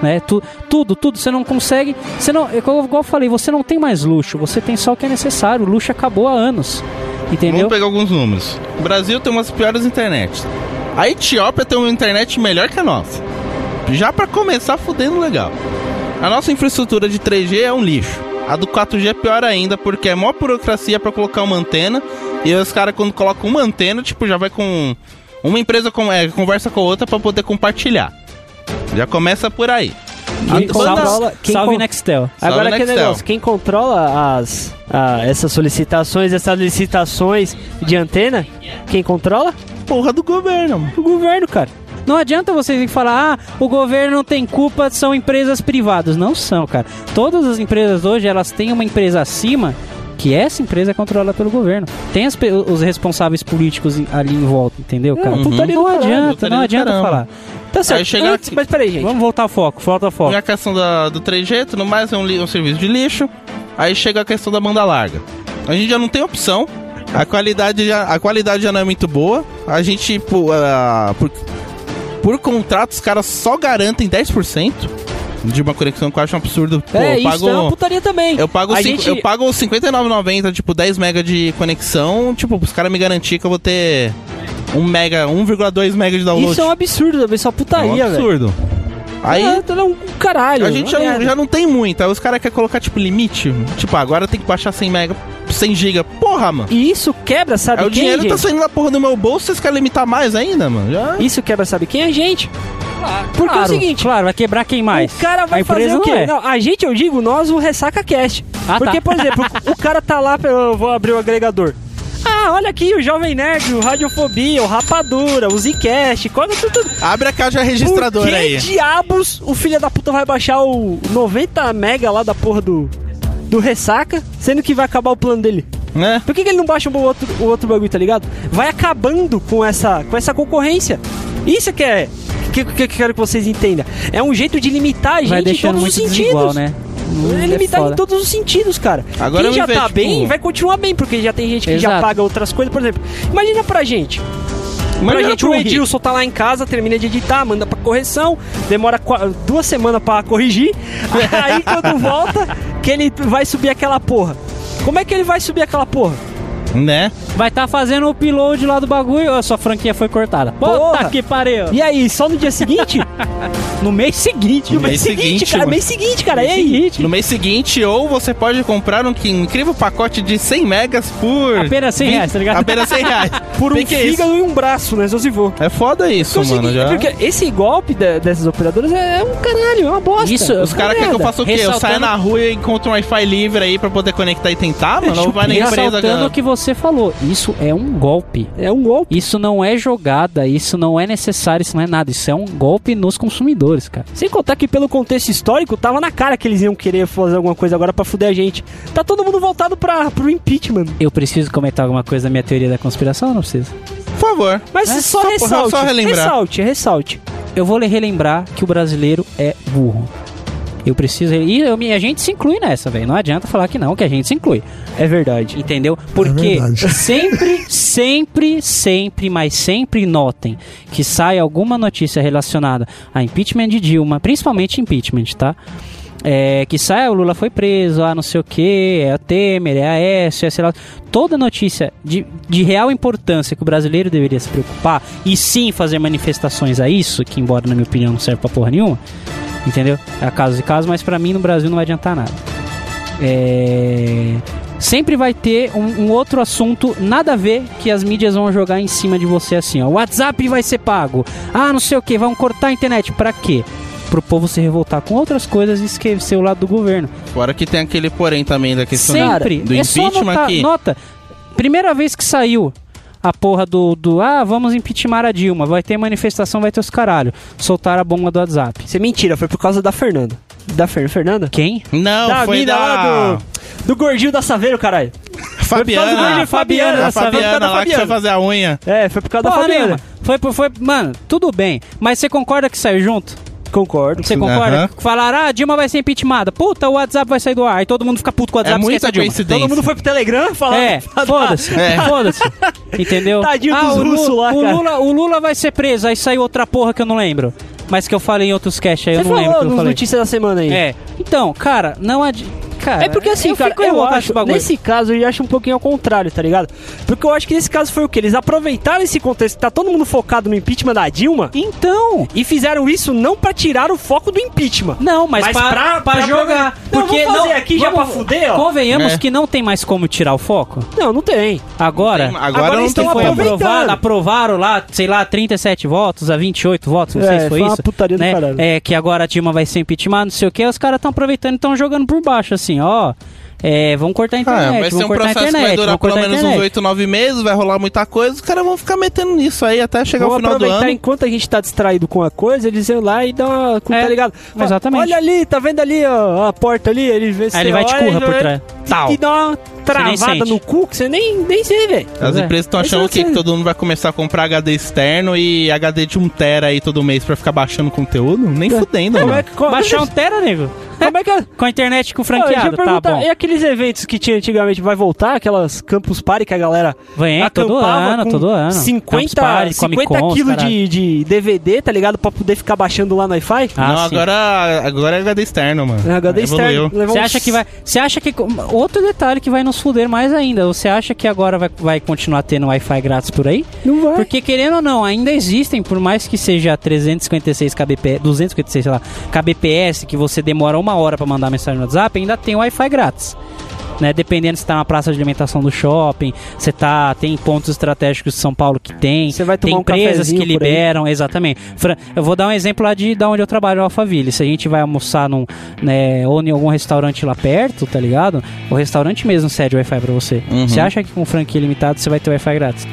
S4: né? Tu, tudo, tudo. Você não consegue. Você não, é como- igual eu falei, você não tem mais luxo. Você tem só o que é necessário. O luxo acabou há anos. Entendeu?
S3: Vamos pegar alguns números. O Brasil tem umas piores internets. A Etiópia tem uma internet melhor que a nossa. Já pra começar fudendo legal. A nossa infraestrutura de 3G é um lixo. A do 4G é pior ainda, porque é maior burocracia pra colocar uma antena. E os caras, quando colocam uma antena, tipo, já vai com. Uma empresa com- é, conversa com a outra pra poder compartilhar. Já começa por aí. A
S1: Quem
S3: banda-
S1: controla- quem
S4: Salve
S1: con-
S4: Nextel.
S3: Salve,
S1: Agora aquele
S3: Nextel.
S1: negócio, quem controla as, ah, essas solicitações, essas licitações de antena, quem controla?
S3: porra do governo, mano.
S1: O governo, cara.
S4: Não adianta vocês virem falar, ah, o governo não tem culpa, são empresas privadas. Não são, cara. Todas as empresas hoje, elas têm uma empresa acima que essa empresa é controlada pelo governo. Tem as pe- os responsáveis políticos em- ali em volta, entendeu, cara?
S3: Uhum.
S1: putaria
S4: Não
S1: do caralho,
S4: adianta,
S3: putaria
S4: não
S3: do
S4: adianta
S3: caramba.
S4: falar.
S1: Tá certo.
S3: Aí chega
S1: Antes-
S3: aqui-
S1: Mas peraí, gente.
S4: Vamos voltar ao foco, volta ao foco.
S3: Tem a questão da- do 3G, tudo mais, é um, li- um serviço de lixo. Aí chega a questão da banda larga. A gente já não tem opção. A qualidade já, a qualidade já não é muito boa. A gente, pô, ah, por, por contrato, os caras só garantem 10% de uma conexão que eu acho um absurdo. Pô,
S1: é,
S3: eu pago,
S1: isso é uma putaria também.
S3: eu pago,
S1: A
S3: cinco-
S1: gente-
S3: eu pago 59,90, tipo, 10 mega de conexão. Tipo, os caras me garantir que eu vou ter 1 mega, 1,2 mega de download.
S1: Isso é um absurdo também, só
S3: É um
S1: putaria, velho.
S3: absurdo. Aí,
S1: É, tá lá um caralho.
S3: a gente já,
S1: uma
S3: não-
S1: merda.
S3: já não tem muita. Os caras querem colocar, tipo, limite. Tipo, ah, agora tem que baixar 100 mega, 100 giga. Porra, mano.
S1: E isso quebra, sabe
S3: Aí o
S1: quem,
S3: dinheiro tá
S1: gente?
S3: saindo da porra do meu bolso, vocês querem limitar mais ainda, mano? Já...
S1: Isso quebra, sabe quem? A gente. Porque é o
S4: Claro,
S1: seguinte...
S4: claro, vai quebrar quem mais?
S1: O cara vai
S4: a empresa
S1: fazer o
S4: não
S1: quê?
S4: é.
S1: Não, a gente, eu digo, nós o Ressaca Cast.
S4: Ah, tá.
S1: Porque,
S4: [laughs]
S1: por exemplo, o cara tá lá, eu vou abrir o agregador. Ah, olha aqui, o Jovem Nerd, o Radiofobia, o Rapadura, o Zcast, quando tudo, tudo.
S3: Abre a caixa
S1: Por
S3: registradora
S1: que
S3: aí.
S1: diabos o filho da puta vai baixar o 90 mega lá da porra do, do Ressaca, sendo que vai acabar o plano dele?
S3: Né?
S1: Por que, que ele não baixa um o outro, o outro bagulho, tá ligado? Vai acabando com essa, com essa concorrência. Isso que é. Que, que, que eu quero que vocês entendam. É um jeito de limitar a gente
S4: Vai
S1: em
S4: deixando
S1: todos
S4: muito
S1: os sentidos.
S4: desigual, né? Hum,
S1: É
S4: é
S1: limitar em
S4: foda.
S1: todos os sentidos, cara.
S3: Agora
S1: Quem
S3: eu
S1: já
S3: me vejo,
S1: tá
S3: tipo,
S1: bem vai continuar bem, porque já tem gente que já
S4: Exato.
S1: paga outras coisas. Por exemplo, imagina pra gente.
S3: Imagina
S1: pra gente,
S3: pro
S1: o
S3: Henrique.
S1: Edilson tá lá em casa, termina de editar, manda pra correção, demora qua- duas semanas pra corrigir. [laughs] Aí quando volta, que ele vai subir aquela porra. Como é que ele vai subir aquela porra?
S3: Né?
S4: Vai estar fazendo o upload lá do bagulho, a sua franquia foi cortada.
S1: Porra!
S4: Puta que pariu!
S1: E aí, só no dia
S3: [laughs]
S1: seguinte?
S4: No mês seguinte,
S1: No
S3: Mês
S1: mês seguinte,
S3: seguinte,
S1: cara.
S3: mano.
S1: Mês seguinte, cara. E aí?
S4: seguinte.
S3: No mês seguinte, ou você pode comprar um que- um incrível pacote de 100 megas por...
S4: Apenas 100 reais, tá ligado?
S3: Apenas 100 reais.
S1: [laughs] por um
S3: Bem que é isso.
S1: fígado e um braço, né? Só se for.
S3: É foda isso,
S1: Porque é o
S3: mano.
S1: seguinte,
S3: Já.
S1: Porque esse golpe da- dessas operadoras é, é um caralho, é uma bosta.
S4: Isso,
S1: é
S3: Os
S1: uma
S3: caras querem que eu
S1: merda.
S3: faça o quê? Eu saio
S4: Ressaltando-
S3: na rua e encontro um Wi-Fi livre aí pra poder conectar e tentar, mano? Não vai nem presa,
S4: Ressaltando
S3: cara.
S4: o que você falou, isso é um golpe.
S1: É um golpe.
S4: Isso não é jogada, isso não é necessário, isso não é nada. Isso é um golpe nos consumidores, cara.
S1: Sem contar que pelo contexto histórico, tava na cara que eles iam querer fazer alguma coisa agora pra fuder a gente. Tá todo mundo voltado pra, pro impeachment.
S4: Eu preciso comentar alguma coisa da minha teoria da conspiração ou não precisa?
S3: Por favor.
S1: Mas
S4: É,
S1: só,
S3: só-
S1: ressalte,
S3: só relembrar.
S1: ressalte, ressalte.
S4: Eu vou relembrar que o brasileiro é burro. Eu preciso. E eu, me- a gente se inclui nessa, velho. Não adianta falar que não, que a gente se inclui.
S1: É verdade. É
S4: Entendeu? Porque
S1: [laughs]
S2: verdade.
S4: sempre, sempre, sempre, mas sempre notem que sai alguma notícia relacionada a impeachment de Dilma, principalmente impeachment, tá? É, que sai, ah, o Lula foi preso, ah, não sei o que, é o Temer, é a S, é sei lá. Toda notícia de, de real importância que o brasileiro deveria se preocupar e sim fazer manifestações a isso, que embora na minha opinião não serve pra porra nenhuma, entendeu? É caso de caso, mas pra mim no Brasil não vai adiantar nada. É... Sempre vai ter um, um outro assunto nada a ver que as mídias vão jogar em cima de você assim, ó. WhatsApp vai ser pago. Ah, não sei o que, vão cortar a internet. Pra quê? Pro povo se revoltar com outras coisas e esquecer o lado do governo.
S3: Fora que tem aquele porém também da questão
S4: Sempre.
S3: do, do
S4: é só
S3: impeachment
S1: tá
S4: anotar,
S3: aqui.
S4: nota. Primeira vez que saiu a porra do, do ah, vamos impeachment a Dilma, vai ter manifestação, vai ter os caralho. Soltaram a bomba do WhatsApp.
S1: Isso é mentira, foi por causa da Fernanda. Da Fer Fernanda?
S4: Quem?
S3: Não,
S1: da
S3: foi
S1: mina
S3: da
S1: lá do, do gordinho da Saveiro, caralho. Foi por causa do
S3: Fabiana.
S1: Gordinho Fabiana,
S3: A
S1: da Saveiro, foi por
S3: Fabiana
S1: causa
S3: lá
S1: da
S3: que foi
S1: Fabiana.
S3: fazer a unha.
S1: É, foi por causa da
S4: Porra
S1: Fabiana.
S4: nenhuma. Foi, por- foi, mano, tudo bem. Mas você concorda que saiu junto?
S1: Concordo.
S4: Você concorda?
S3: Aham.
S4: Falaram, ah, a Dilma vai ser impeachmentada. Puta, o WhatsApp vai sair do ar. E todo mundo fica puto com o
S3: É
S4: WhatsApp esquece a
S3: muita
S4: Dilma.
S3: coincidência.
S1: Todo mundo foi pro Telegram falar. [laughs]
S4: É,
S1: falar-
S4: foda-se,
S3: É. [laughs]
S4: foda-se, entendeu? Ah,
S1: Tadinho dos
S4: o Lu-
S1: russos lá,
S4: o
S1: cara.
S4: Lula, o Lula vai ser preso, aí saiu outra porra que eu não lembro. Mas que eu falei em outros cash aí,
S1: Você
S4: eu não lembro
S1: falou
S4: que eu
S1: nos
S4: falei.
S1: notícias da semana aí.
S4: É, então, cara, não adi... cara,
S1: É porque assim,
S4: eu
S1: cara,
S4: fico
S1: eu
S4: revoltado com esse
S1: acho,
S4: bagulho.
S1: nesse caso, eu acho um pouquinho ao contrário, tá ligado? Porque eu acho que nesse caso foi o quê? Eles aproveitaram esse contexto que tá todo mundo focado no impeachment da Dilma
S4: Então,
S1: e fizeram isso não pra tirar o foco do impeachment.
S4: Não, mas,
S1: Mas
S4: pra,
S1: pra-
S4: pra
S1: pra jogar.
S4: jogar.
S1: Não,
S4: porque
S1: vamos fazer
S4: não,
S1: aqui já pra fuder, ó.
S4: Convenhamos
S3: É.
S4: que não tem mais como tirar o foco.
S1: Não, não tem.
S4: Agora,
S3: Agora, não
S1: eles
S3: tem
S1: tão
S4: foi
S3: como.
S1: aproveitando.
S4: aprovado, aprovaram lá, sei lá, 37 votos a 28 votos, não
S1: É,
S4: sei se foi,
S1: foi uma
S4: isso.
S1: putaria do
S4: né?
S1: caralho.
S4: É, que agora a Dilma vai ser impeachment, não sei o que, os caras estão aproveitando e estão jogando por baixo, assim, ó. É, vão cortar a
S3: Ah,
S4: internet,
S3: vai ser
S4: vão
S3: um
S4: cortar a
S3: processo que
S4: internet,
S3: vai durar
S4: vão
S3: pelo
S4: cortar a
S3: menos uns
S4: internet.
S3: 8, 9 meses, vai rolar muita coisa, os caras vão ficar metendo nisso aí até chegar
S1: Vão
S3: o final do
S1: aproveitar
S3: ano.
S1: enquanto a gente tá distraído com a coisa, eles iam lá e dão uma.
S4: É,
S1: tá ligado? Fala,
S4: exatamente.
S1: Olha ali, tá vendo ali ó, a porta ali? Ele vê
S4: Aí ele vai te curra por trás. Tal.
S1: E dá uma travada
S4: sente.
S1: no cu que você nem, nem vê, velho.
S3: As
S4: Pois é.
S3: empresas estão
S1: Mas assim-
S3: achando o quê?
S1: você-
S3: Que todo mundo vai começar a comprar HD externo e HD de 1 tera aí todo mês pra ficar baixando conteúdo? Nem fudendo,
S1: Como
S3: mano.
S1: é que. co-
S4: Baixar um tera, nego?
S1: [laughs] Como é que.
S4: [laughs] Com a internet com
S1: Ó, deixa eu
S4: franqueado, tá
S1: perguntar,
S4: bom.
S1: E aqueles eventos que tinha antigamente, vai voltar? Aquelas campus party que a galera
S4: Vem todo
S1: acampava
S4: ano,
S1: com
S4: todo ano.
S1: 50, 50 quilos de, de DVD, tá ligado? Pra poder ficar baixando lá no Wi-Fi?
S4: Ah,
S3: não,
S4: sim.
S3: agora, agora é HD externo, mano.
S1: É, HD externo.
S3: Ah, Evoluiu.
S1: levar
S4: Você
S1: uns-
S4: acha que vai. Você acha que. Outro detalhe que vai nos fuder mais ainda. Você acha que agora vai, vai continuar tendo Wi-Fi grátis por aí?
S1: Não vai.
S4: Porque querendo ou não, ainda existem, por mais que seja 356 kbps, 256, sei lá, kbps, que você demora uma hora pra mandar mensagem no WhatsApp, ainda tem Wi-Fi grátis. Né, dependendo se tá na praça de alimentação do shopping, você tá tem pontos estratégicos de São Paulo que tem,
S1: Você vai tomar
S4: tem
S1: um
S4: empresas
S1: cafezinho
S4: que
S1: por aí.
S4: liberam, exatamente. Fran- eu vou dar um exemplo lá de, da onde eu trabalho, em Alphaville. Se a gente vai almoçar num, né, ou em algum restaurante lá perto, tá ligado? O restaurante mesmo cede Wi-Fi pra você.
S3: Uhum.
S4: Você acha que com franquia limitado você vai ter Wi-Fi grátis?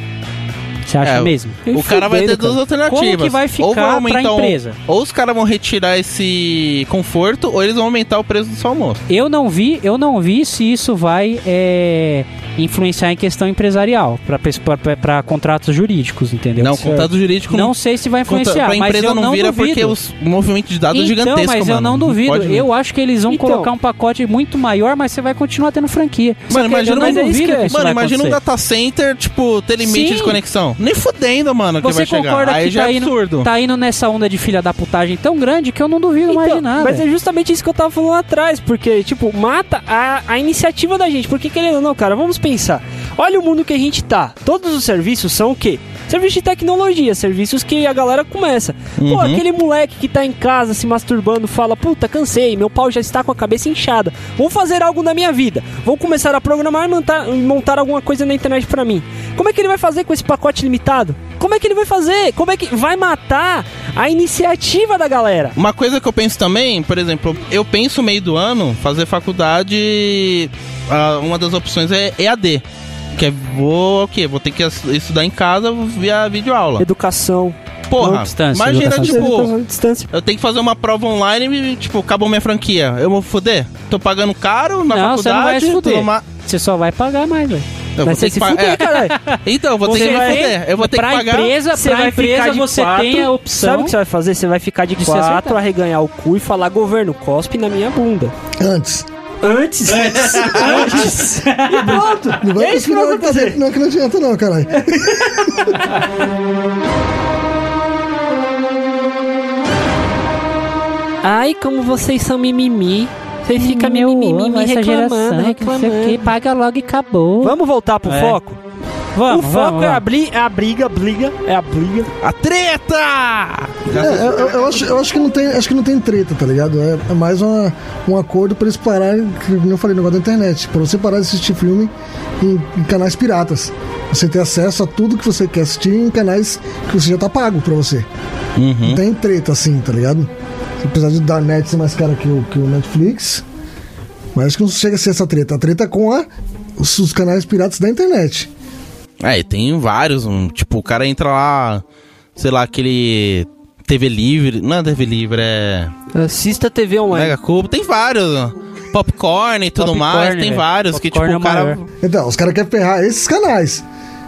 S4: Você acha
S3: É,
S4: mesmo?
S3: O cara vai ter duas alternativas.
S4: Como que vai ficar
S3: ou vai
S4: pra
S3: aumentar um-
S4: empresa?
S3: ou os caras vão retirar esse conforto, ou eles vão aumentar o preço do seu almoço.
S4: Eu não vi, eu não vi se isso vai é, influenciar em questão empresarial para contratos jurídicos, entendeu?
S3: não,
S4: Certo.
S3: contato jurídico
S4: Não sei se vai
S3: conta-
S4: influenciar,
S3: pra
S4: mas
S3: empresa
S4: eu
S3: não
S4: não
S3: vira
S4: duvido.
S3: porque os movimentos de dados é
S4: então,
S3: gigantesco,
S4: mas eu
S3: mano.
S4: não duvido.
S3: pode-
S4: eu acho que eles vão
S1: Então.
S4: colocar um pacote muito maior, mas você vai continuar tendo franquia. Só
S3: Mano,
S4: que
S3: imagina,
S4: eu não
S3: mas é isso
S4: duvido
S1: que é.
S4: que isso
S3: Mano,
S4: vai
S3: imagina um
S4: acontecer.
S3: data center, tipo, ter limite
S4: Sim.
S3: de conexão. Nem fudendo, mano, que
S4: Você
S3: vai chegar.
S4: concorda
S3: Aí
S4: que
S3: já
S4: tá
S3: é
S4: indo-
S3: absurdo.
S4: Tá indo nessa onda de filha da putagem tão grande que eu não duvido mais de
S1: Então,
S4: nada.
S1: Mas é justamente isso que eu tava falando lá atrás, porque, tipo, mata a, a iniciativa da gente. Porque, querendo ou não, cara, vamos pensar. Olha o mundo que a gente tá. Todos os serviços são o quê? Serviço de tecnologia, serviços que a galera começa. Pô, aquele moleque que tá em casa se masturbando fala: Puta, cansei, meu pau já está com a cabeça inchada. Vou fazer algo na minha vida. Vou começar a programar e montar, e montar alguma coisa na internet pra mim. Como é que ele vai fazer com esse pacote limitado? Como é que ele vai fazer? Como é que vai matar a iniciativa da galera?
S3: Uma coisa que eu penso também, por exemplo, eu penso meio do ano fazer faculdade. ah, uma das opções é EAD. Que é vou o quê? Vou ter que as- estudar em casa via videoaula.
S1: Educação,
S3: Porra,
S4: Não, distância, né,
S3: imagina,
S4: educação
S3: tipo,
S1: educação à distância.
S3: eu tenho que fazer uma prova online e, tipo, acabou minha franquia. Eu vou foder? Tô pagando caro na
S4: Não, você não vai
S3: faculdade.
S4: se fuder.
S3: tudo ma-
S4: Você só vai pagar mais, velho.
S3: Eu vou
S1: Mas
S3: ter
S1: você
S3: que é.
S1: se
S3: pagar.
S1: fuder, caralho.
S4: [laughs]
S3: [laughs] Então, eu vou
S1: Você
S3: ter que me
S1: vai-
S3: fuder. Eu vou ter que
S4: pra
S3: pagar.
S4: empresa,
S1: Você
S4: pra
S1: vai ficar
S4: empresa
S1: de
S4: você
S1: quatro.
S4: tem a
S1: Sabe o
S4: opção.
S1: que você vai fazer? Você vai ficar de
S4: De se
S1: quatro,
S4: aceitar.
S1: arreganhar o cu e falar, governo, cospe na minha bunda.
S2: Antes.
S1: Antes? Antes. Antes. e pronto.
S2: Não
S1: é
S2: vai
S1: isso que nós vamos fazer.
S2: Não é que não adianta, não, caralho.
S1: Ai, como vocês são mimimi. Vocês ficam
S4: Meu
S1: mimimi,
S4: ovo,
S1: mimimi,
S4: Hum, essa geração,
S1: reclamando,
S4: não sei o quê,
S1: reclamando.
S4: paga logo e
S1: [laughs]
S4: acabou.
S1: Vamos voltar pro
S4: É.
S1: foco? o foco é a, bri- a briga, briga, é a briga.
S3: A treta!
S2: É, eu, eu- eu acho, eu acho, que não tem, acho que não tem treta, tá ligado? É, é mais uma, um acordo pra eles pararem, que nem eu falei, o negócio da internet, pra você parar de assistir filme em, em canais piratas. Você ter acesso a tudo que você quer assistir em canais que você já tá pago pra você. Não tem treta assim, tá ligado? Apesar de dar net ser mais cara que o, que o Netflix, mas acho que não chega a ser essa treta. A treta é com a, os, os canais piratas da internet.
S3: É, e tem vários. um, tipo, o cara entra lá, sei lá, aquele TV Livre. Não é TV Livre, é.
S1: Assista TV online.
S3: Mega Cubo. Tem vários. ó. Popcorn e tudo
S4: Popcorn,
S3: mais. Tem
S4: velho.
S3: vários que, tipo,
S4: Popcorn é
S3: o
S4: o
S3: cara.
S4: maior.
S2: Então, os caras querem ferrar esses canais.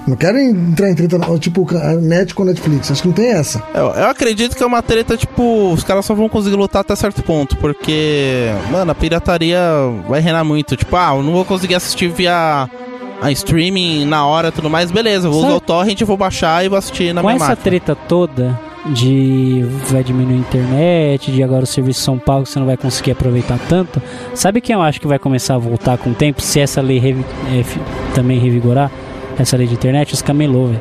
S2: Não querem entrar em treta, não. tipo, a net com a Netflix. Acho que não tem essa.
S3: Eu, eu acredito que é uma treta, tipo, os caras só vão conseguir lutar até certo ponto, porque, mano, a pirataria vai reinar muito. Tipo, ah, eu não vou conseguir assistir via a streaming na hora e tudo mais, beleza, eu vou
S4: Sabe-
S3: usar o torrent, eu vou baixar e vou assistir na
S4: Com
S3: minha
S4: essa
S3: máquina.
S4: treta toda de vai diminuir a internet, de agora o serviço São Paulo você não vai conseguir aproveitar tanto, sabe quem eu acho que vai começar a voltar com o tempo, se essa lei revi- eh, fi- também revigorar, essa lei de internet? Os camelô, velho.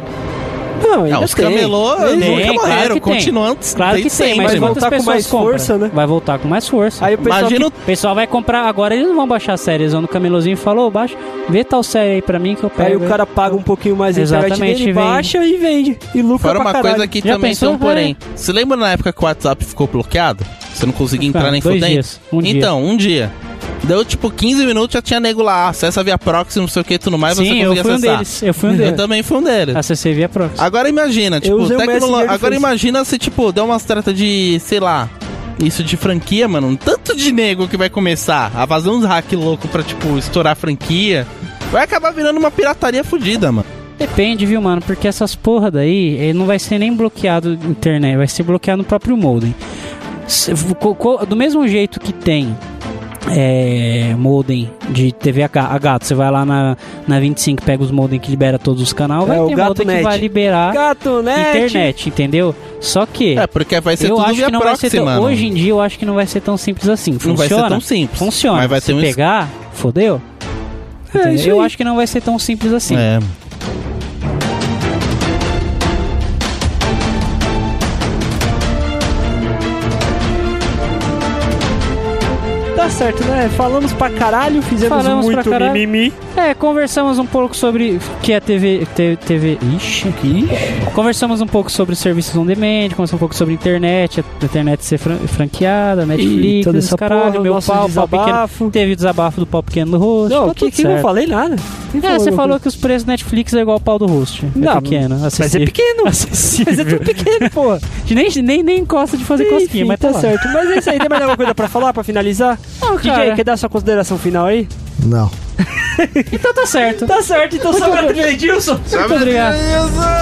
S1: Não, ainda
S3: Não, os camelô
S1: tem.
S3: eles
S4: Tem,
S3: nunca
S4: claro
S3: morreram,
S4: que tem.
S3: continuam
S4: Claro que
S3: desde
S4: tem,
S3: sempre,
S4: mas
S1: vai
S3: mano.
S4: quantas
S1: voltar com
S4: pessoas
S1: mais
S4: compram?
S1: força, né?
S4: Vai voltar com mais força.
S1: Aí o pessoal
S3: Imagina o
S4: O pessoal vai comprar, agora eles não vão baixar a série, eles vão no camelôzinho e falam, ô, baixa, vê tal série aí pra mim que eu
S1: Aí
S4: pego.
S1: o cara paga um pouquinho mais a internet
S4: Exatamente,
S1: dele,
S4: vende.
S1: baixa e vende. E lucra
S3: Fora
S1: pra
S3: uma
S1: caralho.
S3: coisa que
S4: Já
S3: também
S4: pensou? É.
S3: tem um porém. Você lembra na época que o WhatsApp ficou bloqueado? Você não conseguia entrar
S4: Cara,
S3: nem
S4: dois
S3: fudendo?
S4: dias, um dia.
S3: então, um dia. Deu tipo 15 minutos, já tinha nego lá, acessa via proxy, não sei o que, tudo mais, você
S4: Sim,
S3: conseguia
S4: eu fui um
S3: acessar.
S4: deles, eu fui um
S3: Eu [laughs]
S4: deles.
S3: também fui um deles.
S4: Acessei via proxy.
S3: Agora imagina, tipo,
S1: usei o
S3: tecnolo-
S1: Messenger do
S3: agora
S1: Facebook.
S3: imagina se, tipo, der umas trata de, sei lá, isso de franquia, mano. Um tanto de nego que vai começar a fazer uns hack louco pra, tipo, estourar a franquia. Vai acabar virando uma pirataria fodida, mano.
S4: Depende, viu, mano? Porque essas porra daí eh, não vai ser nem bloqueado na internet, vai ser bloqueado no próprio modem. Se- co- co- Do mesmo jeito que tem eh, modem de TV a ga- a gato, você vai lá na, na 25, pega os modem que libera todos os canais, vai
S1: É, o
S4: ter
S1: Gato
S4: modem
S1: Net.
S4: que vai liberar
S1: Gato, né?
S4: internet, entendeu? Só que
S3: É, porque vai ser
S4: eu
S3: tudo
S4: acho
S3: via
S4: que não
S3: proxy,
S4: vai ser tão,
S3: mano.
S4: hoje em dia eu acho que não vai ser tão simples assim. Funciona?
S3: não vai ser tão simples.
S4: Funciona.
S3: Mas vai
S4: Se
S3: ter um...
S4: pegar, fodeu. Entendeu?
S1: É, isso
S4: eu
S1: aí.
S4: acho que não vai ser tão simples assim.
S3: É.
S1: Tá certo, né? Falamos pra caralho, fizemos
S4: Falamos pra
S1: muito
S4: caralho.
S1: mimimi.
S4: É, conversamos um pouco sobre o que é TV, te- TV, ixi, que ixi. Conversamos um pouco sobre serviços on demand, conversamos um pouco sobre internet, a internet ser fran- franqueada, Netflix,
S1: toda
S4: esse
S1: essa
S4: caralho,
S1: porra,
S4: meu
S1: nosso
S4: pau, pau pequeno.
S1: desabafo.
S4: Teve o desabafo do pau pequeno do rosto.
S1: Não,
S4: tá
S1: o que
S4: tudo
S1: que eu não
S4: certo.
S1: falei nada? Quem
S4: É, você
S1: alguma
S4: falou que os preços do Netflix é igual ao pau do rosto. É
S1: Não,
S4: pequeno,
S1: coisa? Mas é [laughs]
S4: acessível.
S1: pequeno. Mas é tudo pequeno, pô. [laughs]
S4: A gente nem, nem, nem gosta de fazer cosquinha,
S1: Enfim,
S4: mas
S1: tá
S4: lá.
S1: certo. Mas é isso aí. Tem mais alguma coisa pra falar, pra finalizar?
S4: Não,
S1: DJ,
S4: cara.
S1: quer dar sua consideração final aí?
S2: Não.
S4: Então tá
S1: [laughs]
S4: certo.
S1: Tá certo, então só pra Edilson.
S4: Muito obrigado.
S3: Beleza!